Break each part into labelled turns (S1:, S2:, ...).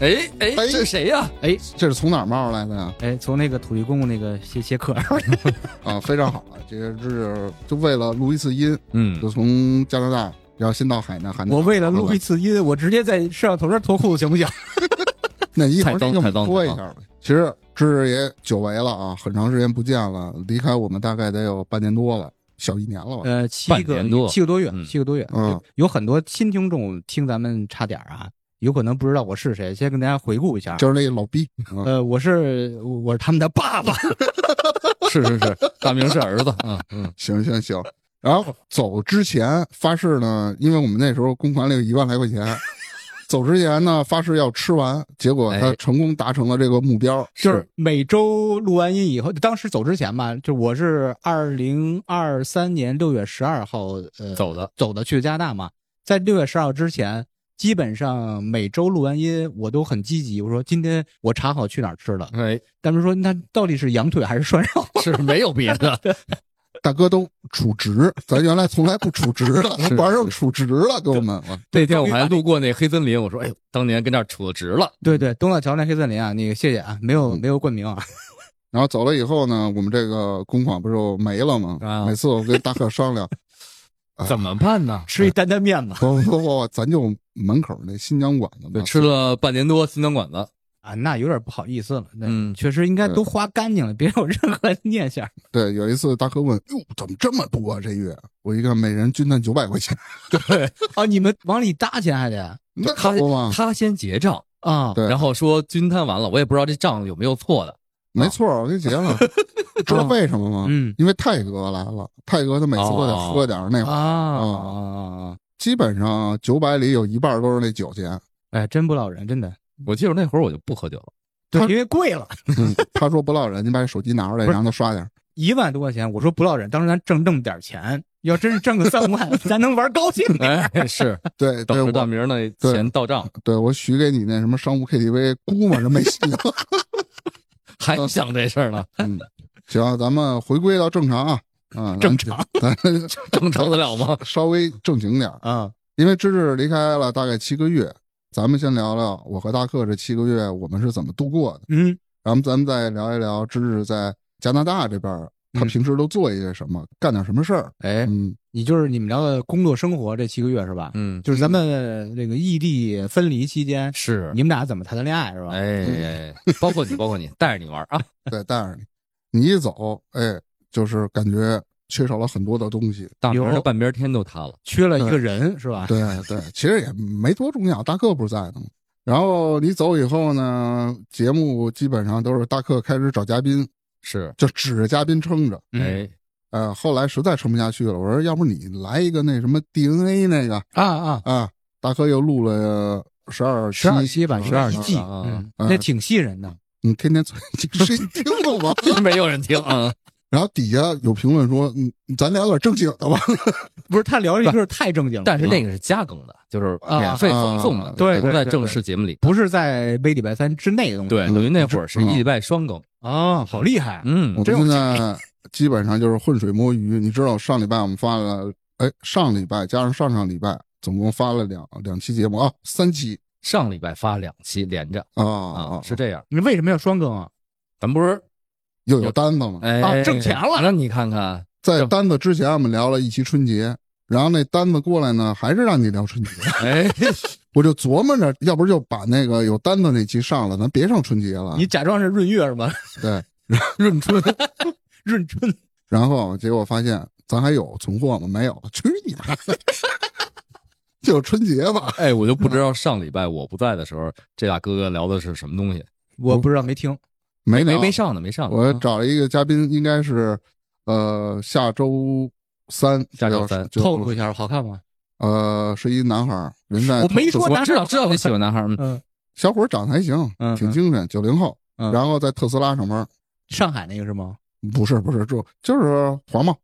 S1: 哎哎，
S2: 哎
S1: 这是谁呀？
S3: 哎
S2: 这是从哪儿冒出来的呀？
S3: 哎，从那个土地公公那个歇歇客，
S2: 啊，非常好啊，这个是就为了录一次音，
S1: 嗯，
S2: 就从加拿大，然后先到海南，海南
S3: 我为了录一次音，我直接在摄像头这儿脱裤子行不行？
S2: 那一会儿
S1: 太脏
S2: 给我
S1: 太
S2: 们
S1: 脏
S2: 说一
S1: 太
S2: 下吧。其实芝芝也久违了啊，很长时间不见了，离开我们大概得有半年多了，小一年了吧。
S3: 呃，七
S1: 半
S3: 个
S1: 年多
S3: 七个多月，
S1: 嗯
S3: 七个多月，
S2: 嗯
S3: 有有很多新听众听咱们差点儿啊，有可能不知道我是谁，先跟大家回顾一下。
S2: 就是那老逼，嗯
S3: 呃，我是我是他们的爸 爸，
S1: 是是是，大明是儿 子
S2: 哎
S1: 啊，嗯，
S2: 行行行。然后走之前发誓呢，因为我们那时候公款了有一万来块钱，走之前呢发誓要吃完，结果他
S1: 哎
S2: 成功达成了这个目标。
S3: 就是每周录完音以后，当时走之前吧，就我是二零二三年六月十二号，呃，
S1: 走的，
S3: 走的去加拿大嘛，在六月十号之前，基本上每周录完音，我都很积极。我说今天我查好去哪儿吃
S2: 嗯
S3: 了，
S1: 哎，
S3: 他们说那到底是羊腿还是涮肉？
S1: 是没有别 的，
S2: 大哥都储 值，咱原来从来不储值的
S1: 是，
S2: 玩上储值了，给我们。
S1: 那天我还路过那黑森林，我说，哎呦，当年跟这儿处的值了，
S3: 对对，东大桥那黑森林啊，那个谢谢啊，没有
S2: 嗯
S3: 没有冠名啊，
S2: 然后走了以后呢，我们这个公款不是就没了吗？
S1: 啊
S2: 每次我跟大可商 量，哎
S1: 怎么办呢？
S3: 吃一担担面吧
S2: 不不不，咱就门口那新疆馆子吧
S1: 对，。吃了半年多新疆馆子，
S3: 啊，那有点不好意思了。那
S1: 嗯
S3: 确实应该
S2: 对
S3: 都花干净了，别有任何念想。
S2: 对，有一次大哥问：“哟，怎么这么多啊？这月？”我一看，每人均摊九百块钱，
S3: 哦，你们往里搭钱还得
S2: 那
S1: 他
S2: 可不嘛？
S1: 他先结账，
S3: 啊？
S2: 嗯对
S1: 然后说均摊完了，我也不知道这账有没有错的，
S2: 没错，
S1: 啊
S2: 我给结 了。知道为什么吗？
S3: 嗯
S2: 因为泰哥来了，泰哥他每次都得喝点儿那
S3: 啊
S2: 会儿，
S3: 啊
S2: 嗯
S3: 啊啊！啊
S2: 基本上九百里有一半都是那酒 钱。
S3: 哎，真不老人，真的，
S2: 嗯
S1: 我记得那会儿我就不喝酒了，
S3: 对
S2: 他，
S3: 因为贵了。
S2: 嗯，他说不落人，你把手机拿出来，
S3: 不是
S2: 然后他刷点儿。
S3: 一万多块钱，我说不落忍，当时咱挣那么点钱，要真是挣个三 万，咱能玩高兴。
S1: 哎，是
S2: 对，对
S1: 等
S2: 我
S1: 着大明那
S2: 对
S1: 钱到账，
S2: 对我许给你那什么商务 KTV，估摸着没戏 了。
S1: 还想这事儿呢，
S2: 嗯，行，咱们回归到正常啊，啊，
S3: 正常，
S2: 咱，咱
S1: 正常得了吗？
S2: 稍微正经点儿，
S3: 啊，
S2: 因为芝芝离开了大概七个月，咱们先聊聊我和大克这七个月我们是怎么度过的，
S3: 嗯，
S2: 然后咱们再聊一聊芝芝在加拿大这边儿，他
S3: 嗯
S2: 平时都做一些什么，干点什么事儿。
S3: 哎，
S2: 嗯，
S3: 你就是你们聊的工作生活这七个月是吧？
S1: 嗯，
S3: 就是咱们这个异地分离期间，
S1: 是，
S3: 你们俩怎么谈的恋爱是吧？
S1: 哎，哎包 括你，包括你，带着你玩啊，
S2: 对，带着你，你一走，哎，就是感觉缺少了很多的东西。
S1: 大明
S3: 有
S1: 的半边天都塌了。
S3: 缺了一个人是 吧？
S2: 对对，其实也没多重要，大克不在呢嘛。然后你走以后呢，节目基本上都是大克开始找嘉宾，
S1: 是，
S2: 就指着嘉宾撑着。
S3: 嗯，
S1: 哎，
S2: 呃，后来实在撑不下去了，我说要不你来一个那什么 DNA 那个
S3: 啊啊，
S2: 啊，大克又录了十二
S3: 十二期吧，
S2: 嗯
S3: 十二
S2: 嗯
S3: 季，
S1: 嗯
S3: 嗯，
S2: 嗯
S3: 那挺吸人的。
S2: 你天天催谁听懂吗？
S1: 没有人听 啊，
S2: 然后底下有评论说，嗯，咱聊点正经的吧。
S3: 不是他聊这个就是太正经了，啊
S1: 但是那
S3: 个
S1: 个是加更的，就是
S3: 啊
S1: 免费
S2: 啊
S1: 赠送的，
S3: 对
S1: 不
S3: 对
S1: 在
S3: 对
S1: 正
S3: 对
S1: 式节目里。
S3: 不是在微礼拜三之内的东西。
S1: 对，
S2: 嗯
S1: 等于那会儿是
S2: 嗯
S1: 一礼拜双更，
S3: 哦，好厉害，
S1: 嗯
S2: 我，
S3: 真
S2: 们
S3: 有
S2: 现在基本上就是浑水摸鱼。你知道上礼拜我们发了，哎，上礼拜加上上上礼拜，总共发了两两期节目啊，三期
S1: 上礼拜发两期连着
S2: 啊
S1: 啊，
S2: 啊，
S1: 是这样。
S3: 嗯你为什么要双更啊？
S1: 咱不是
S2: 又有单子嘛。啊
S1: 哎
S3: 挣钱了
S1: 那你看看，
S2: 在单子之前，我们聊了一期春节，然后那单子过来呢，还是让你聊春节，
S1: 哎，
S2: 我就琢磨着，要不就把那个有单子那期上了，咱别上春节了
S3: 你。假装是闰月是吧？
S2: 对，
S3: 闰春，闰春，
S2: 然后结果发现咱还有存货吗？没有了，去你妈的！ 就春节吧，
S1: 哎，我就不知道上礼拜我不在的时候，这俩哥哥聊的是什么东西，
S3: 我不知道没听。
S2: 没
S1: 没
S3: 哦
S2: 聊
S1: 没上呢，没上呢。
S2: 我
S1: 啊
S2: 找了一个嘉宾，应该是呃下周三，
S1: 下周三嗯
S2: 就
S3: 透露一下，好看吗？
S2: 呃是一男孩儿，人在
S3: 我没说
S1: 我
S3: 男
S1: 知道知道你喜欢男孩儿，嗯
S3: 嗯，
S2: 小伙儿长得还行
S3: 嗯，
S2: 挺精神，九零后，
S3: 嗯
S2: 然后在特斯拉上班。
S3: 上海那个是吗？
S2: 不是不是，就就是华贸，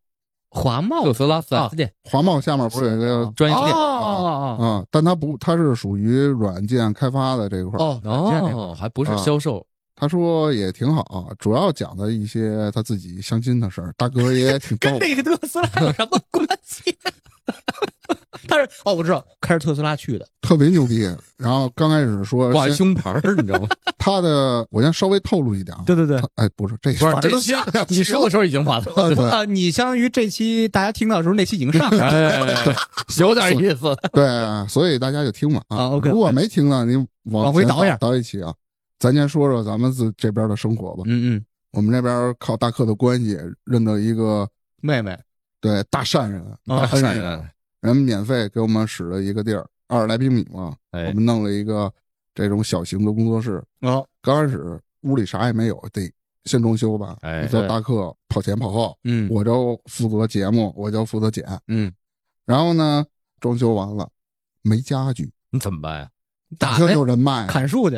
S3: 华贸啊
S1: 特斯拉四 S 店
S2: 华贸下面不是有一个
S1: 专业
S3: 哦
S1: 店
S3: 哦
S2: 啊？但它不，它是属于软件开发的这一块儿。
S3: 哦
S1: 哦，还不是
S2: 啊
S1: 销售，
S2: 他说也挺好，主要讲的一些他自己相亲的事儿。大哥也挺逗
S3: 跟，那个特斯拉有什么关系？ 但是哦，我知道，开着特斯拉去的，
S2: 特别牛逼。然后刚开始说
S1: 挂一
S2: 先
S1: 胸牌儿，你知道吗？
S2: 他的，我先稍微透露一点啊。
S3: 对对对。
S2: 他，哎，不是这
S1: 不是
S2: 反
S1: 这
S2: 正都
S1: 期
S2: 下了
S1: 你说的时候已经完 了。
S2: 对
S3: 啊，你相当于这期大家听到的时候，那期已经上 了
S1: 哎， 有点意思。
S2: 对，啊所以大家就听嘛
S3: 啊，OK
S2: 如果没听呢，您往
S3: 往回
S2: 前
S3: 倒一下
S2: 倒一期啊。咱先说说咱们自这边的生活吧。
S3: 嗯嗯，
S2: 我们这边靠大克的关系认到一个
S3: 妹妹，
S2: 对大善人，大
S1: 哎
S3: 啊
S2: 善人，人免费给我们使了一个地儿，二十来平米嘛，
S1: 哎
S2: 我们弄了一个这种小型的工作室。
S3: 哦，
S2: 刚开始屋里啥也没有，得先装修吧。
S1: 哎
S2: 你做大课跑前跑后，
S3: 嗯
S2: 我就负责节目，我就负责剪。
S3: 嗯，
S2: 然后呢，装修完了没家具，
S1: 你怎么办呀？
S3: 打
S2: 这
S3: 呗
S2: 有人
S1: 哎
S2: 卖啊，
S3: 砍树去，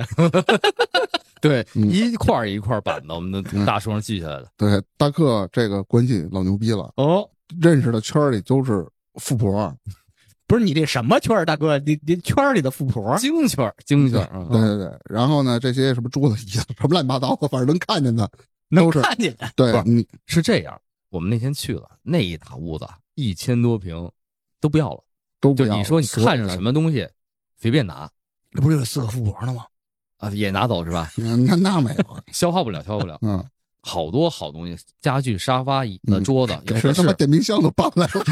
S1: 对，
S2: 嗯
S1: 一块儿一块儿板的，我们的大树上锯下来的。
S2: 对，大克这个关系老牛逼了，
S3: 哦，
S2: 认识的圈儿里都是富
S1: 嗯
S2: 婆，
S3: 不是你这什么圈儿，大哥，你你圈儿里的富婆，
S1: 京圈儿，京圈
S2: 对
S1: 儿，嗯
S2: 对对对。然后呢，这些什么桌子、椅子什么乱七八糟的，反正能看见的，
S3: 能
S2: 都是
S3: 看见，
S2: 对
S1: 不是
S2: 你
S1: 是这样。我们那天去了那一大屋子，一千多平都不要了。
S2: 都不
S1: 就
S2: 要
S1: 你说你看上什
S2: 么？
S1: 么东西，随便拿
S3: 这不是有四个富婆呢吗？
S1: 啊，也拿走是 吧？
S2: 嗯那那没 有，
S1: 消化不了，消化不了。
S2: 嗯，
S1: 好多好东西，家具、沙发、椅子、
S2: 嗯
S1: 桌子，有
S2: 全
S1: 的
S2: 他妈
S1: 是。
S2: 电冰箱都搬来了。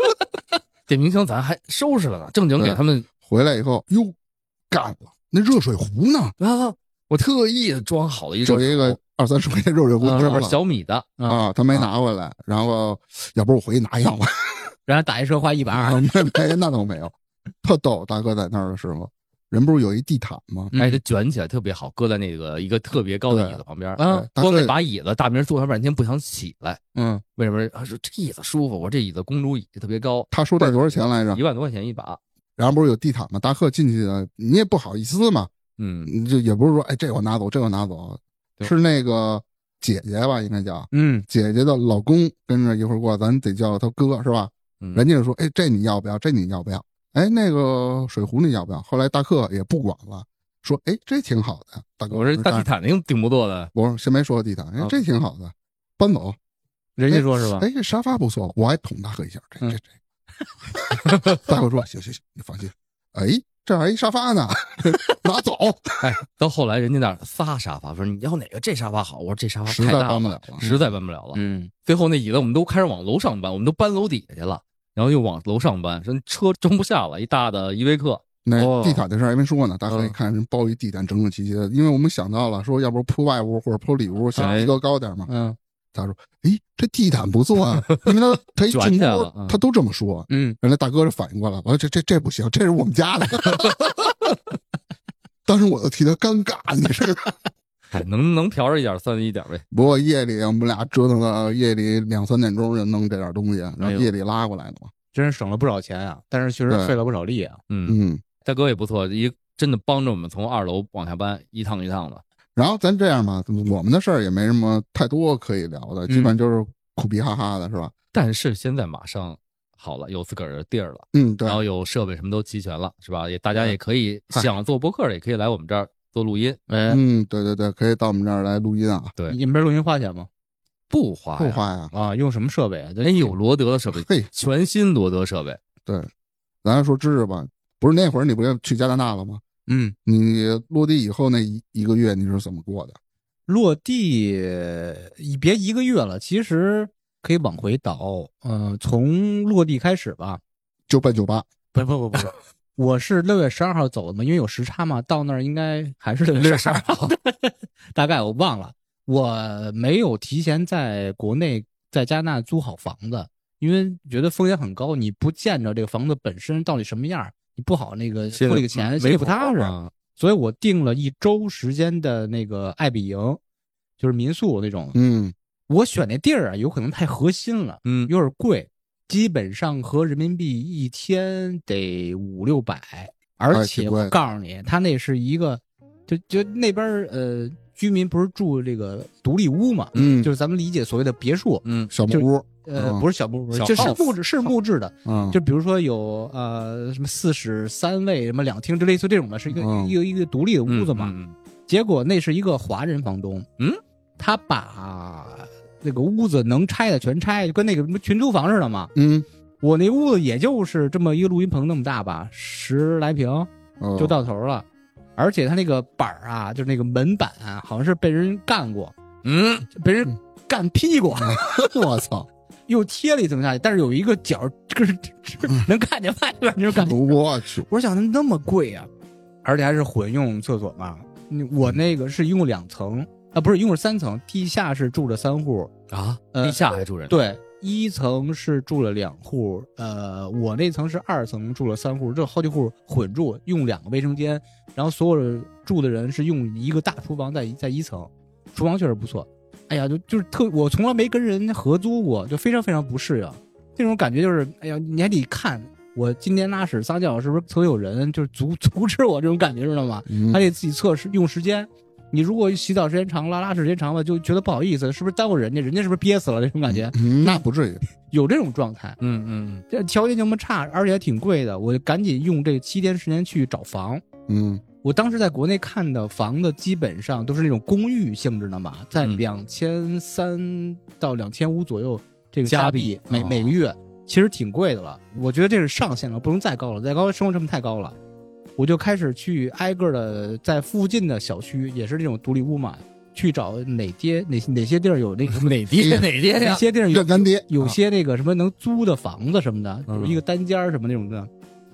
S1: 电冰箱咱还收拾了呢，正经给
S2: 对
S1: 他们
S2: 回来以后，哟，干了，那热水壶呢？
S1: 啊，我特意装好了一哦
S2: 就一个二三十块钱热水壶，
S1: 啊
S2: 不是不
S1: 不是
S2: 是
S1: 小米的，
S2: 啊，他没拿回来。然后，要不我回去拿一样吧？
S3: 然后打一车花一百
S2: 啊，
S3: 二，
S2: 没没，那倒没有。特逗，大哥在那儿的时候，人不是有一地毯吗？
S1: 哎，它卷起来特别好，搁在那个一个特别高的椅子旁边。嗯
S3: 啊
S2: 嗯对，
S1: 光
S2: 但
S1: 那
S2: 是
S1: 把椅子，大明坐上半天不想起来，
S2: 嗯，
S1: 为什么？他说这椅子舒服，我这椅子公主椅特别高，
S2: 他说这多少钱来着
S1: 一？万多块钱一把。
S2: 然后不是有地毯吗？大克进去的，你也不好意思嘛，
S1: 嗯，
S2: 你就也不是说哎这我拿走，这我拿走，
S1: 对
S2: 是那个姐姐吧，应该叫
S3: 嗯，
S2: 姐姐的老公跟着一块儿过来，咱得叫他哥是吧？
S1: 嗯
S2: 人家就说：“哎，这你要不要？这你要不要？哎，那个水壶你要不要？”后来大克也不管了，说：“哎，这挺好的，大哥。”
S1: 我说大地
S2: 当然，
S1: 毯那顶不错的，
S2: 我说先没说地毯，哎
S1: 啊，
S2: 这挺好的，搬走。
S3: 人家说是吧？
S2: 哎，这沙发不错，我还捅大克一下。
S1: 嗯
S2: 这这这， 大克说：“行行行，你放心。”哎，这还一沙发呢， 拿走，
S1: 哎，到后来人家那儿仨沙发，说你要哪个？这沙发好，我说这沙发
S2: 实
S1: 太
S2: 在
S1: 大
S2: 搬不
S1: 了，
S2: 了了。
S1: 实在搬不了了。
S3: 嗯，
S1: 最后那椅子我们都开始往楼上搬，我们都搬楼底下去了，然后又往楼上搬，说车装不下了，一大的依维柯。
S2: 那
S1: 哦
S2: 地毯的事儿还没说呢，大哥
S1: 嗯
S2: 一看人包一地毯，整整齐齐的，因为我们想到了说，要不铺外屋或者铺里屋，想
S1: 哎
S2: 一个高点嘛。
S3: 嗯
S2: 他说：“诶，这地毯不错啊，因为他他一
S1: 卷
S2: 进
S1: 起来
S2: 屋
S1: 了嗯
S2: 他都这么说。
S3: 嗯，
S2: 原来大哥就反应过来了，我说这这这不行，这是我们家的。 当时我就替他尴尬，你知道吗。
S1: 哎能能瞟着一点算一点呗。
S2: 不过夜里我们俩折腾到夜里两三点钟就弄这点东西，然后
S1: 哎呦
S2: 夜里拉过来的嘛。
S3: 真是省了不少钱啊，但是确
S2: 对
S3: 实费了不少力啊。
S1: 嗯，
S2: 嗯，
S1: 大哥也不错，一真的帮着我们从二楼往下搬，一趟一趟的。
S2: 然后咱这样吧，我们的事儿也没什么太多可以聊的，基
S1: 嗯
S2: 本就是苦逼哈哈的是吧？
S1: 但是现在马上好了，有自个儿的地儿了，
S2: 嗯，对
S1: 然，后有设备什么都齐全了，是吧？也大家也可以
S2: 嗨
S1: 想做播客的，也可以来我们这儿做录音，
S3: 哎，
S2: 嗯，对对对，可以到我们这儿来录音啊，
S1: 对
S3: 你们这录音花钱吗？
S1: 不花
S2: 不
S1: 哎呀。
S2: 花呀。
S3: 啊，用什么设备啊？
S1: 哎呦，罗德的设备，
S2: 嘿，
S1: 全新罗德设备，
S2: 咱说知识吧，不是那会儿你不是去加拿大了吗？
S3: 嗯，
S2: 你落地以后那一一个月你是怎么过的？
S3: 落地呃别一个月了，其实可以往回倒，呃，从落地开始吧。
S2: 就办酒吧，
S3: 不不 不不不，我是六月十二号走的嘛，因为有时差嘛，到那儿应该还是六月十二号，大概我忘了，我没有提前在国内在加拿大租好房子，因为觉得风险很高，你不见着这个房子本身到底什么样儿，你不好那个付这个钱，心里不踏实。
S1: 啊
S3: 所以我订了一周时间的那个爱比营，就是民宿那种。
S2: 嗯，
S3: 我选那地儿啊，有可能太核心了，
S1: 嗯，
S3: 有点贵，基本上合人民币一天得五六百，而
S2: 哎奇
S3: 且
S2: 怪
S3: 我告诉你，他那是一个，就就那边儿呃居民不是住这个独立屋嘛，
S2: 嗯，
S3: 就是咱们理解所谓的别墅，
S1: 嗯
S2: 小木屋，
S3: 呃，
S2: 嗯
S3: 不是小木屋，
S1: 小
S3: 就是
S1: house
S3: 木质是木质的，
S2: 嗯，
S3: 就比如说有呃什么四室三卫什么两厅之类似这种的，是一个、
S2: 嗯
S3: 一个一个独立的屋子嘛。
S1: 嗯嗯
S3: 结果那是一个华人房东，
S1: 嗯，
S3: 他把那个屋子能拆的全拆，就跟那个什么群租房似的嘛。
S2: 嗯，
S3: 我那屋子也就是这么一个录音棚那么大吧，十来平
S1: 嗯
S2: 哦
S3: 就到头了。而且他那个板儿啊，就是那个门板、啊，好像是被人干过，
S1: 嗯，嗯
S3: 就被人
S2: 嗯
S3: 干劈过，
S2: 我 操，
S3: 又贴了一层下去，但是有一个角儿，这个是 这能看见外边那种感觉。
S2: 我去，
S3: 我想的那么贵啊，而且还是混用厕所嘛。你我那个是一共两层啊，不是一共是三层，地下是住了三户，
S1: 啊，
S3: 呃
S1: 地下还住人，
S3: 对，一层是住了两户，呃，我那层是二层住了三户，这好几户混住，用两个卫生间，然后所有住的人是用一个大厨房在在一层，厨房确实不错。哎呀，就就是特，我从来没跟人合租过，就非常非常不适应。这种感觉就是，哎呀，你还得看我今天拉屎撒尿是不是曾有人就是阻阻止我这种感觉，知道吗？
S2: 嗯
S3: 还得自己测试用时间。你如果洗澡时间长了，拉屎时间长了，就觉得不好意思，是不是耽误人家？人家是不是憋死了？这种感觉
S2: 嗯那不至于，
S3: 有这种状态，
S1: 嗯嗯
S3: 这条件就这么差，而且还挺贵的。我就赶紧用这七天时间去找房。
S2: 嗯
S3: 我当时在国内看的房子基本上都是那种公寓性质的嘛，在
S1: 嗯
S3: 两千三到两千五左右这个
S1: 加
S3: 加
S1: 币
S3: 币每
S2: 哦
S3: 每个月，其实挺贵的了。我觉得这是上限了，不能再高了，再高生活成本太高了。我就开始去挨个的在附近的小区，也是这种独立屋嘛，去找哪爹哪哪些地儿有那个哪
S1: 爹哪爹
S3: 哪
S1: 呀？
S3: 些地儿有
S2: 认干爹，
S3: 有
S2: 啊
S3: 些那个什么能租的房子什么的，
S1: 嗯
S3: 有一个单间儿什么那种的，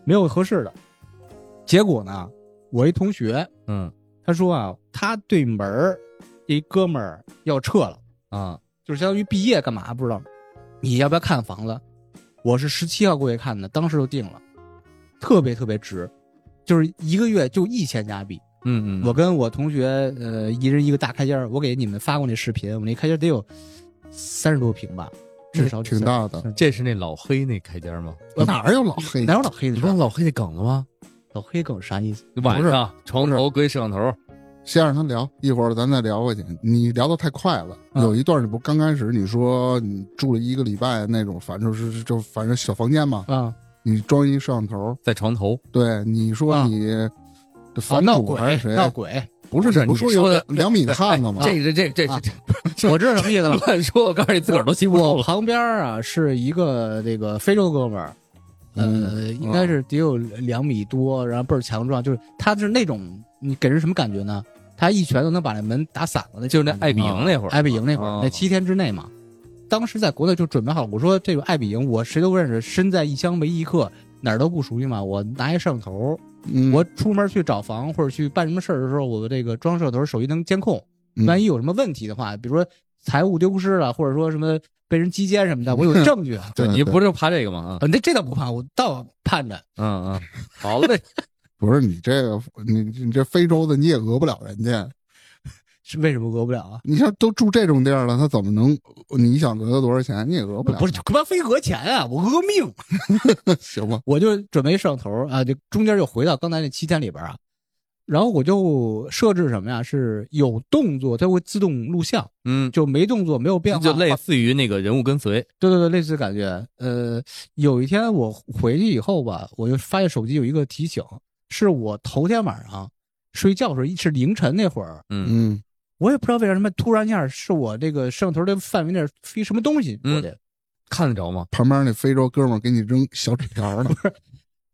S3: 没有合适的。结果呢，我一同学
S1: 嗯
S3: 他说啊，他对门儿一哥们儿要撤了，
S1: 啊，
S3: 就是相当于毕业干嘛不知道，你要不要看房子？我是十七号过去看的，当时就定了，特别特别值，就是一个月就一千加币。
S1: 嗯嗯，
S3: 我跟我同学呃一人一个大开间儿，我给你们发过那视频，我那开间儿得有三十多平吧，至少
S2: 挺大的，
S1: 这是那老黑那开间吗？
S3: 我
S2: 哪儿有老黑？
S3: 哪有老黑的
S1: 你
S3: 事
S1: 不
S3: 儿？
S1: 知道老黑那梗了吗？
S3: 老黑梗啥意思？
S1: 晚上床
S2: 不
S1: 头搁一摄像头，
S2: 先让他聊，一会儿咱再聊回去。你聊得太快了，
S3: 嗯
S2: 有一段你不刚开始你说你住了一个礼拜那种，反正是就反正小房间嘛，
S3: 啊，
S2: 你装一摄像头，
S1: 在床头，
S2: 对你说
S3: 啊
S2: 你这
S3: 啊
S2: 房
S3: 闹
S2: 主
S3: 鬼
S2: 还是谁？
S3: 闹鬼，
S2: 不
S1: 不是
S2: 是，不
S1: 你
S2: 说
S1: 说
S2: 有
S1: 的
S2: 两米的汉子吗？
S1: 这这这这
S3: 啊
S1: 这
S3: 我知道什么意 思了。
S1: 乱说，我告诉你，自个儿都记不住
S3: 我
S1: 了。
S3: 旁边啊是一个那个非洲哥们儿，呃，
S2: 嗯
S3: 应该是得有两米多，然后倍儿强壮，就是他是那种你给人什么感觉呢？他一拳都能把那门打散了，那
S1: 就是那艾比营那会儿，
S3: 艾比营那会儿，
S1: 啊
S3: 那七天之内嘛。当时在国内就准备好，我说这个艾比营我谁都不认识，身在异乡为异客，哪儿都不熟悉嘛。我拿一摄像头，
S2: 嗯，
S3: 我出门去找房或者去办什么事儿的时候，我的这个装摄像头手机能监控，
S2: 嗯
S3: 万一有什么问题的话，比如说财务丢失了，或者说什么被人击奸什么的，我有证据。啊，
S1: 对
S2: 嗯 对
S1: 你
S2: 对
S1: 不是怕这个吗？
S3: 那这倒不怕，我倒盼着。
S1: 啊嗯嗯，好嘞，
S2: 不是你这个你你这非洲的你也讹不了人家，
S3: 是为什么讹不了啊？
S2: 你像都住这种地儿了，他怎么能你想讹多少钱你也讹不了？
S3: 不是，干嘛非讹钱啊？我讹命。
S2: 行吧？
S3: 我就准备摄像头啊，就中间又回到刚才那七天里边啊，然后我就设置什么呀？是有动作它会自动录像，
S1: 嗯，
S3: 就没动作没有 变化，
S1: 就类似于那个人物跟随，
S3: 对对对，类似的感觉。呃，有一天我回去以后吧，我就发现手机有一个提醒，是我头天晚上睡觉的时候，一是凌晨那会儿，
S1: 嗯
S2: 嗯
S3: 我也不知道为什么突然一下是我这个摄像头的范围内飞什么东西过去，
S1: 看得着吗？
S2: 旁边那非洲哥们儿给你扔小纸条呢，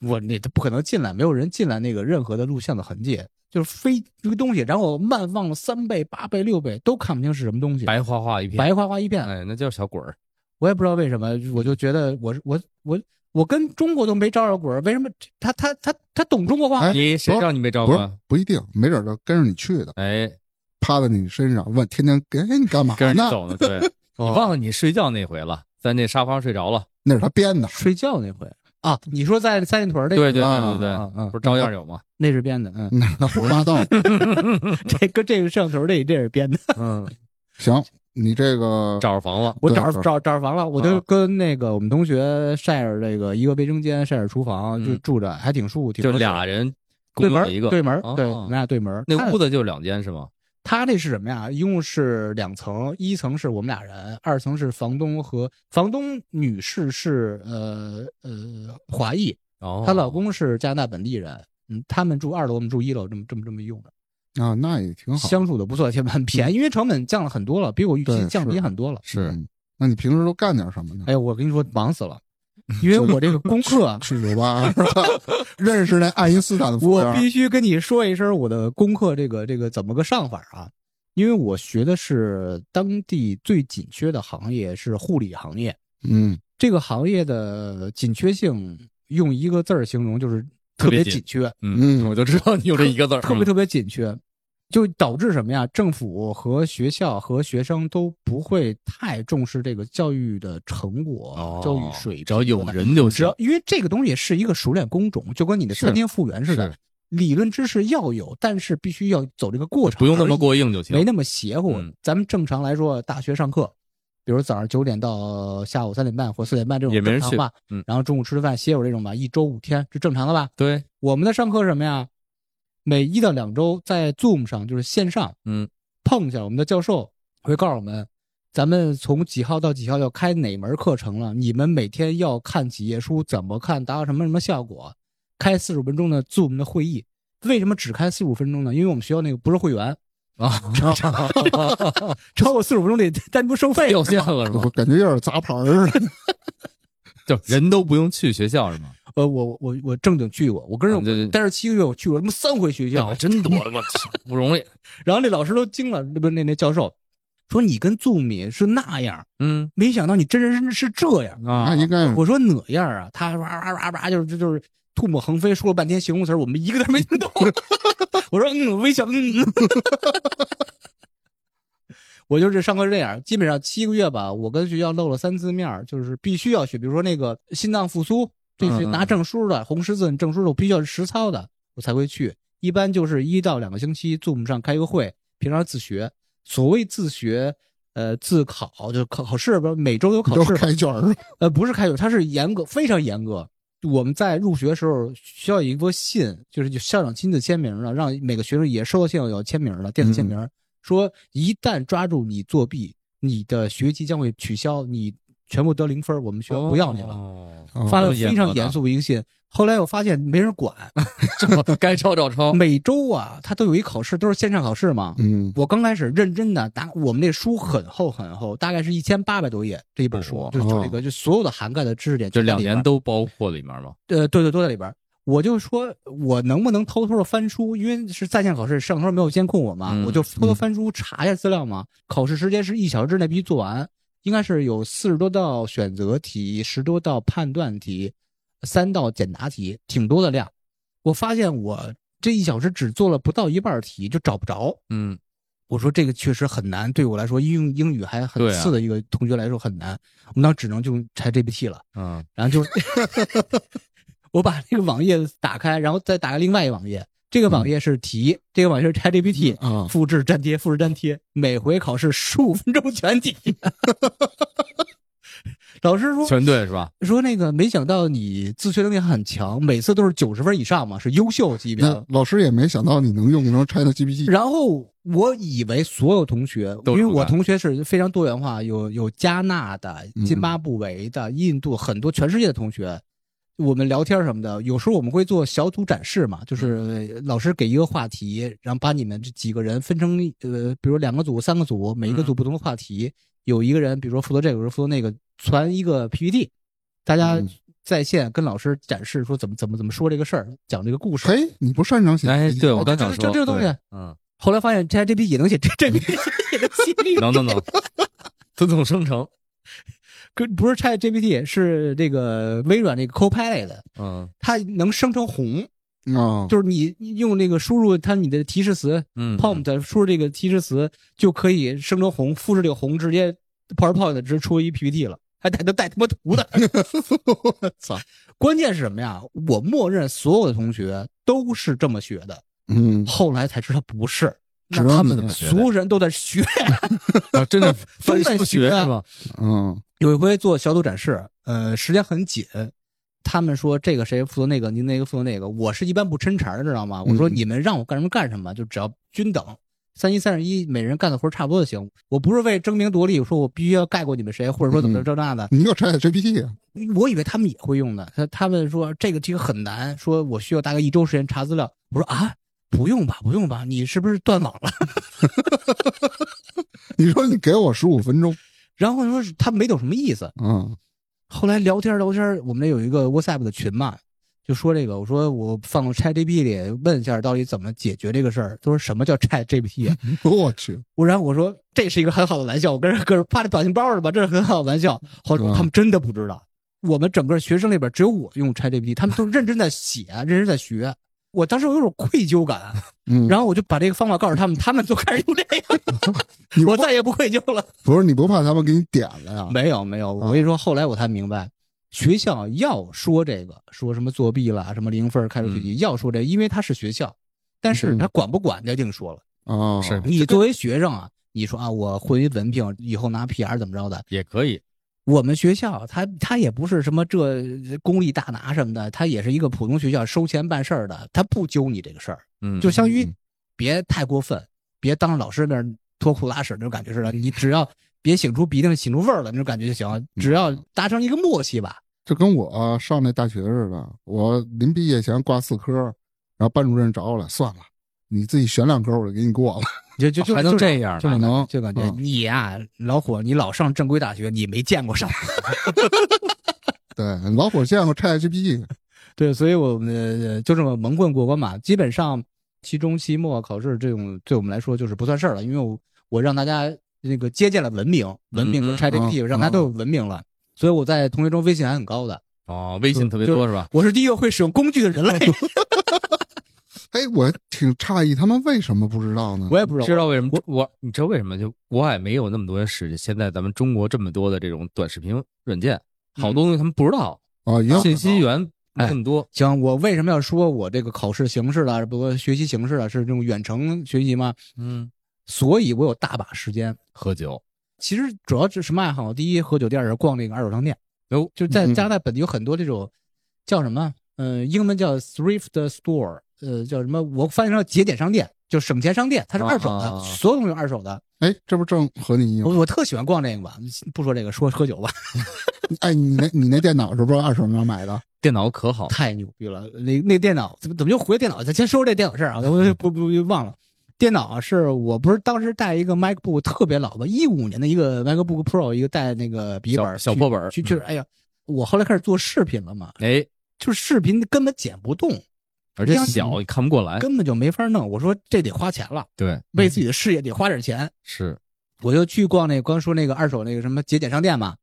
S3: 我那他不可能进来，没有人进来那个任何的录像的痕迹，就是飞这个东西，然后我慢放了三倍、八倍、六倍都看不清是什么东西，
S1: 白花花一片，
S3: 白花 花一片。
S1: 哎，那叫小鬼儿。
S3: 我也不知道为什么，我就觉得我是我我我跟中国都没招着鬼儿，为什么这他他他他懂中国话？
S2: 哎
S1: 你谁
S2: 不是
S1: 让你没招
S2: 不是
S1: 过？
S2: 不一定，没准儿就跟着你去的，
S1: 哎，
S2: 趴在你身上问，天天给哎你干嘛
S1: 跟着你
S2: 呢？
S1: 走呢， 对，你
S3: 哦
S1: 忘了你睡觉那回了，在那沙发上睡着了，
S2: 那是他编的，
S3: 睡觉那回啊，你说在三里屯儿那
S1: 对对对
S2: 啊
S1: 对对，
S3: 啊啊
S1: 不是照样有吗？
S3: 那是编的，嗯，
S2: 那是他胡说八道。
S3: 这跟这个摄像头这这是编的。
S1: 嗯，
S2: 行，你这个
S1: 找着房了，
S3: 我
S2: 对
S3: 找
S2: 是
S3: 着找找着房了，我
S1: 嗯
S3: 就跟那个我们同学晒着这个一个卫生间，晒着厨房
S1: 嗯
S3: 就住着，还挺舒服，挺
S1: 就
S3: 合适
S1: 俩人共
S3: 对门
S1: 用
S3: 儿
S1: 了一个
S3: 对门儿
S1: 哦
S3: 对，我们俩对门儿。
S1: 那
S3: 他
S1: 屋子就两间是吗？
S3: 他这是什么呀？一共是两层，一层是我们俩人，二层是房东和房东女士是呃呃华裔，
S1: 哦，
S3: 她老公是加拿大本地人。嗯，他们住二楼，我们住一楼，这么这么这么用的，
S2: 啊，那也挺好。
S3: 相处的不错，且很便宜，因为成本降了很多了，比我预期
S2: 对
S3: 降低
S2: 是
S3: 很多了。
S1: 嗯是
S2: 嗯那你平时都干点什么呢？，
S3: 哎呦，我跟你说，忙死了，因为我这个功课
S2: 去酒吧是吧？ 认识那爱因斯坦的服务
S3: 我
S2: 员
S3: 必须跟你说一声我的功课这个这个怎么个上法啊？因为我学的是当地最紧缺的行业是护理行业，
S2: 嗯，
S3: 这个行业的紧缺性用一个字儿形容就是特
S1: 特别
S3: 别
S1: 紧
S3: 紧缺，
S2: 嗯
S1: 我就知道你有这一个字儿，
S3: 特别
S1: 嗯
S3: 特别紧缺，就导致什么呀？政府和学校和学生都不会太重视这个教育的成果、
S1: 哦
S3: 教育水平，啊
S1: 只要有。人就
S3: 只
S1: 行
S3: 要。因为这个东西是一个熟练工种，就跟你的
S1: 是
S3: 餐厅服务员似的
S1: 是，
S3: 理论知识要有，但是必须要走这个过程，
S1: 不用那
S3: 而
S1: 么过硬就行。
S3: 没那么邪乎。
S1: 嗯
S3: 咱们正常来说，大学上课，比如早上九点到下午三点半或四点半这种
S1: 也没人
S3: 正常吧，
S1: 去嗯
S3: 然后中午吃顿饭歇会儿这种吧，一周五天是正常的吧？
S1: 对，
S3: 我们的上课是什么呀？每一到两周在 Zoom 上就是线上，
S1: 嗯，
S3: 碰一下我们的教授会告诉我们，咱们从几号到几号要开哪门课程了，你们每天要看几页书，怎么看，达到什么什么效果，开四十五分钟的 Zoom 的会议。为什么只开四十五分钟呢？因为我们学校那个不是会员
S1: 啊，
S3: 超过四十五分钟得单独收费。
S1: 掉线了是吗
S2: 我？感觉有点杂牌儿似的。
S1: 就人都不用去学校是吗？
S3: 呃，我我我正经去过，我跟
S1: 啊对对
S3: 着待着七个月，我去过他妈三回学校
S1: 呀，，真多，我操，不容易。
S3: 然后那老师都惊了，那不那那教授说你跟杜敏是那样，
S1: 嗯
S3: 没想到你真人是这样。
S1: 啊
S2: 那，应该
S3: 我说哪样啊？他哇哇哇哇，就是就就是吐沫横飞，说了半天形容词儿，我们一个字儿没听懂。 我说嗯，微笑，嗯。 嗯我就是上课是这样，基本上七个月吧，我跟学校露了三次面儿，就是必须要去，比如说那个心脏复苏，这是
S1: 嗯嗯
S3: 拿证书的，红十字证书的，我必须要实操的，我才会去。一般就是一到两个星期，Zoom 上开个会，平常自学。所谓自学，呃，自考就是考考试，不是每周有考
S2: 都
S3: 试嘛，
S2: 开卷儿，
S3: 呃，不是开卷，它是严格，非常严格。我们在入学时候需要一封信，就是就校长亲自签名了，让每个学生也收到信有签名了，电子签
S1: 嗯
S3: 名，说一旦抓住你作弊，你的学籍将会取消，你全部得零分，我们学校不要你了。
S1: 了
S2: 哦
S3: 发了
S1: 这么严
S3: 非常
S1: 格的
S3: 严肃的一个信，后来我发现没人管，
S1: 哦该抄照抄。
S3: 每周啊，他都有一考试，都是线上考试嘛。
S2: 嗯，
S3: 我刚开始认真的拿我们那书很厚很厚，大概是一千八百多页这一本书
S1: 哦，
S3: 就是这个就所有的涵盖的知识点
S1: 这
S3: 全在
S1: 两
S3: 里边
S1: 年都包括里面吗？
S3: 呃，对对，都在里边儿。我就说，我能不能偷偷的翻书？因为是在线考试，摄像头没有监控我嘛，
S1: 嗯
S3: 我就偷偷翻书查一下资料嘛。考试时间是一小时之内必须做完，应该是有四十多道选择题，十多道判断题，三道简答题，挺多的量。我发现我这一小时只做了不到一半儿题，就找不着。
S1: 嗯，
S3: 我说这个确实很难，对我来说，英英语还很
S1: 对啊
S3: 次的一个同学来说很难，我们当时只能就拆 GPT 了。
S1: 嗯，
S3: 然后就是我把这个网页打开，然后再打开另外一网页，这个网页是题，这个网页是 ChatGPT，、
S2: 啊
S1: 嗯
S3: 复制粘贴，复制粘贴，每回考试十五分钟全题。 老师说
S1: 全对是吧？
S3: 说那个，没想到你自学能力还很强，每次都是九十分以上嘛，是优秀级别。
S2: 那老师也没想到你能用成 Chat GPT，
S3: 然后我以为所有同学，
S1: 都
S3: 因
S1: 是
S3: 为
S1: 不
S3: 我
S1: 干
S3: 同学是非常多元化，有有加纳的、
S2: 嗯
S3: 津巴布韦的、印度很多全世界的同学，我们聊天什么的，有时候我们会做小组展示嘛，
S2: 嗯
S3: 就是老师给一个话题，然后把你们这几个人分成呃，比如两个组、三个组，每一
S2: 嗯
S3: 个组不同的话题，有一个人比如说负责这个，有人负责那个，传一个 PPT，大家
S2: 嗯
S3: 在线跟老师展示说怎么怎么怎么说这个事儿，讲这个故事。
S2: 嘿，你不擅长写
S1: 哎，对我刚想
S3: 这
S1: 说，
S3: 这这个东西
S1: 对嗯，
S3: 后来发现 ChatGPT 也能写， 这这也能写这个
S1: 能能 能，自动生成。
S3: 跟不是 Chat GPT，是这个微软那个 Copilot，
S1: 嗯
S3: 它能生成红，
S2: 啊，
S3: 就是你用那个输入它你的提示词
S1: 嗯
S3: prompt，输入这个提示词就可以生成红，复制这个红，直接 PowerPoint 直接出一 PPT 了，还带都带他妈图的，我操！关键是什么呀？我默认所有的同学都是这么学的，
S2: 嗯，
S3: 后来才知道不是，
S2: 只
S3: 那
S2: 有
S3: 他
S2: 你
S3: 们
S2: 能
S1: 学
S3: 所有人都在学。
S1: 啊，真 的
S3: 都
S1: 翻
S3: 在
S1: 数
S3: 学
S1: 学
S3: 啊
S1: 是吧？
S2: 嗯
S3: 有一回做小组展示，呃，时间很紧，他们说这个谁负责那个，您那个负责那个，我是一般不抻茬儿的，知道吗？我说
S2: 嗯
S3: 你们让我干什么干什么，就只要均等，三七三十一，每人干的活儿差不多就行。我不是为争名夺利，我说我必须要盖过你们谁，或者说怎么
S2: 嗯
S3: 着这那的。
S2: 你有 Chat GPT 啊？
S3: 我以为他们也会用的，他他们说这个这个很难，说我需要大概一周时间查资料。我说啊，不用吧，不用吧，你是不是断网了？
S2: 你说你给我十五分钟，
S3: 然后说是他没懂什么意思，
S2: 嗯
S3: 后来聊天聊天，我们那有一个 WhatsApp 的群嘛，就说这个，我说我放到 ChatGPT 里问一下到底怎么解决这个事儿，他说什么叫 ChatGPT？啊
S2: 我去，
S3: 我然后我说这是一个很好的玩笑，我跟人搁这发的表情包是吧？这是很好的玩笑。后来
S2: 嗯
S3: 他们真的不知道，我们整个学生里边只有我用 ChatGPT，他们都认真在写，啊认真在学。我当时我有种愧疚感，
S2: 嗯，
S3: 然后我就把这个方法告诉他们，他们就开始用这
S2: 你
S3: 个，我再也不愧疚了。
S2: 不是你不怕他们给你点了呀？
S3: 没有没有，我跟你说，后来我才明白，学校要说这个，说什么作弊啦，什么零分儿开除学籍，要说这个因为他是学校，但是
S2: 嗯
S3: 他管不管，他一定说了。
S2: 啊，
S1: 是
S3: 你作为学生啊，你说啊，我混一文凭，以后拿 PR 怎么着的？
S1: 也可以，
S3: 我们学校啊他他也不是什么这公立大拿什么的，他也是一个普通学校收钱办事儿的，他不揪你这个事儿，
S1: 嗯，
S3: 就相当于
S2: 嗯
S3: 别太过分，别当着老师面脱裤拉屎那种感觉似的，你只要别醒出鼻涕醒出味儿了那种感觉就行，
S1: 嗯
S3: 只要达成一个默契吧。
S2: 就跟我、上那大学似的，我临毕业前挂四科，然后班主任找我来，算了，你自己选两科，我就给你过了。
S3: 就就就
S1: 哦还能
S3: 就
S1: 这样啊
S3: 就
S1: 呢
S3: 感觉
S2: 能
S3: 就感觉
S2: 嗯
S3: 你呀、老虎，你老上正规大学，你没见 过上。
S2: 对，老火见过 Chat GPT，
S3: 对，所以我们呃就这么蒙混过关嘛。基本上期中、期末考试这种，对我们来说就是不算事儿了，因为我我让大家那个接见了文明，文
S1: 嗯
S3: 明和 ChatGPT 让大家都有文明了。所以我在同学中威信还很高的，
S1: 哦，微信特别
S3: 就
S1: 多是吧？
S3: 我是第一个会使用工具的人类，
S2: 哎，我挺诧异他们为什么不知道
S1: 嗯
S2: 呢？
S3: 我也不知道
S1: 知道为什么我你知道为什么就国外没有那么多人使现在咱们中国这么多的这种短视频软件，好多东西他们不知道，
S2: 啊，也有
S1: 信息源
S3: 哎
S1: 这么多，
S3: 行，我为什么要说我这个考试形式了，不过学习形式了，是这种远程学习吗？
S1: 嗯，
S3: 所以我有大把时间
S1: 喝酒，
S3: 其实主要是什么爱好？第一，喝酒；第二，是逛那个二手商店。
S1: 哟
S3: 就是在
S2: 嗯
S3: 加拿大本地有很多这种叫什么？嗯、英文叫 thrift store，呃，叫什么？我翻译成节点商店，就省钱商店，它是二手的，
S1: 啊啊啊嗯
S3: 所有东西都是二手的。
S2: 哎，这不正合你意吗？
S3: 我我特喜欢逛这个吧，不说这个，说喝酒吧，
S2: 哎，你那你那电脑是不是二手上买的？
S1: 电脑可好，
S3: 太牛逼了！那那电脑怎么怎么又回电脑？咱先说说这电脑事儿啊，我我不不不忘了。电脑啊是我不是当时带一个 MacBook 特别老吧，一五年的一个 MacBook Pro，一个带那个笔记本
S1: 小小
S3: 去
S1: 破本儿
S3: 去去，哎呀，我后来开始做视频了嘛，
S1: 哎，
S3: 就是视频根本剪不动，
S1: 而且
S3: 央视
S1: 小也看不过来，
S3: 根本就没法弄。我说这得花钱了，
S1: 对，
S3: 为自己的事业得花点钱。
S1: 是
S3: 我就去逛那刚说那个二手那个什么节俭商店嘛，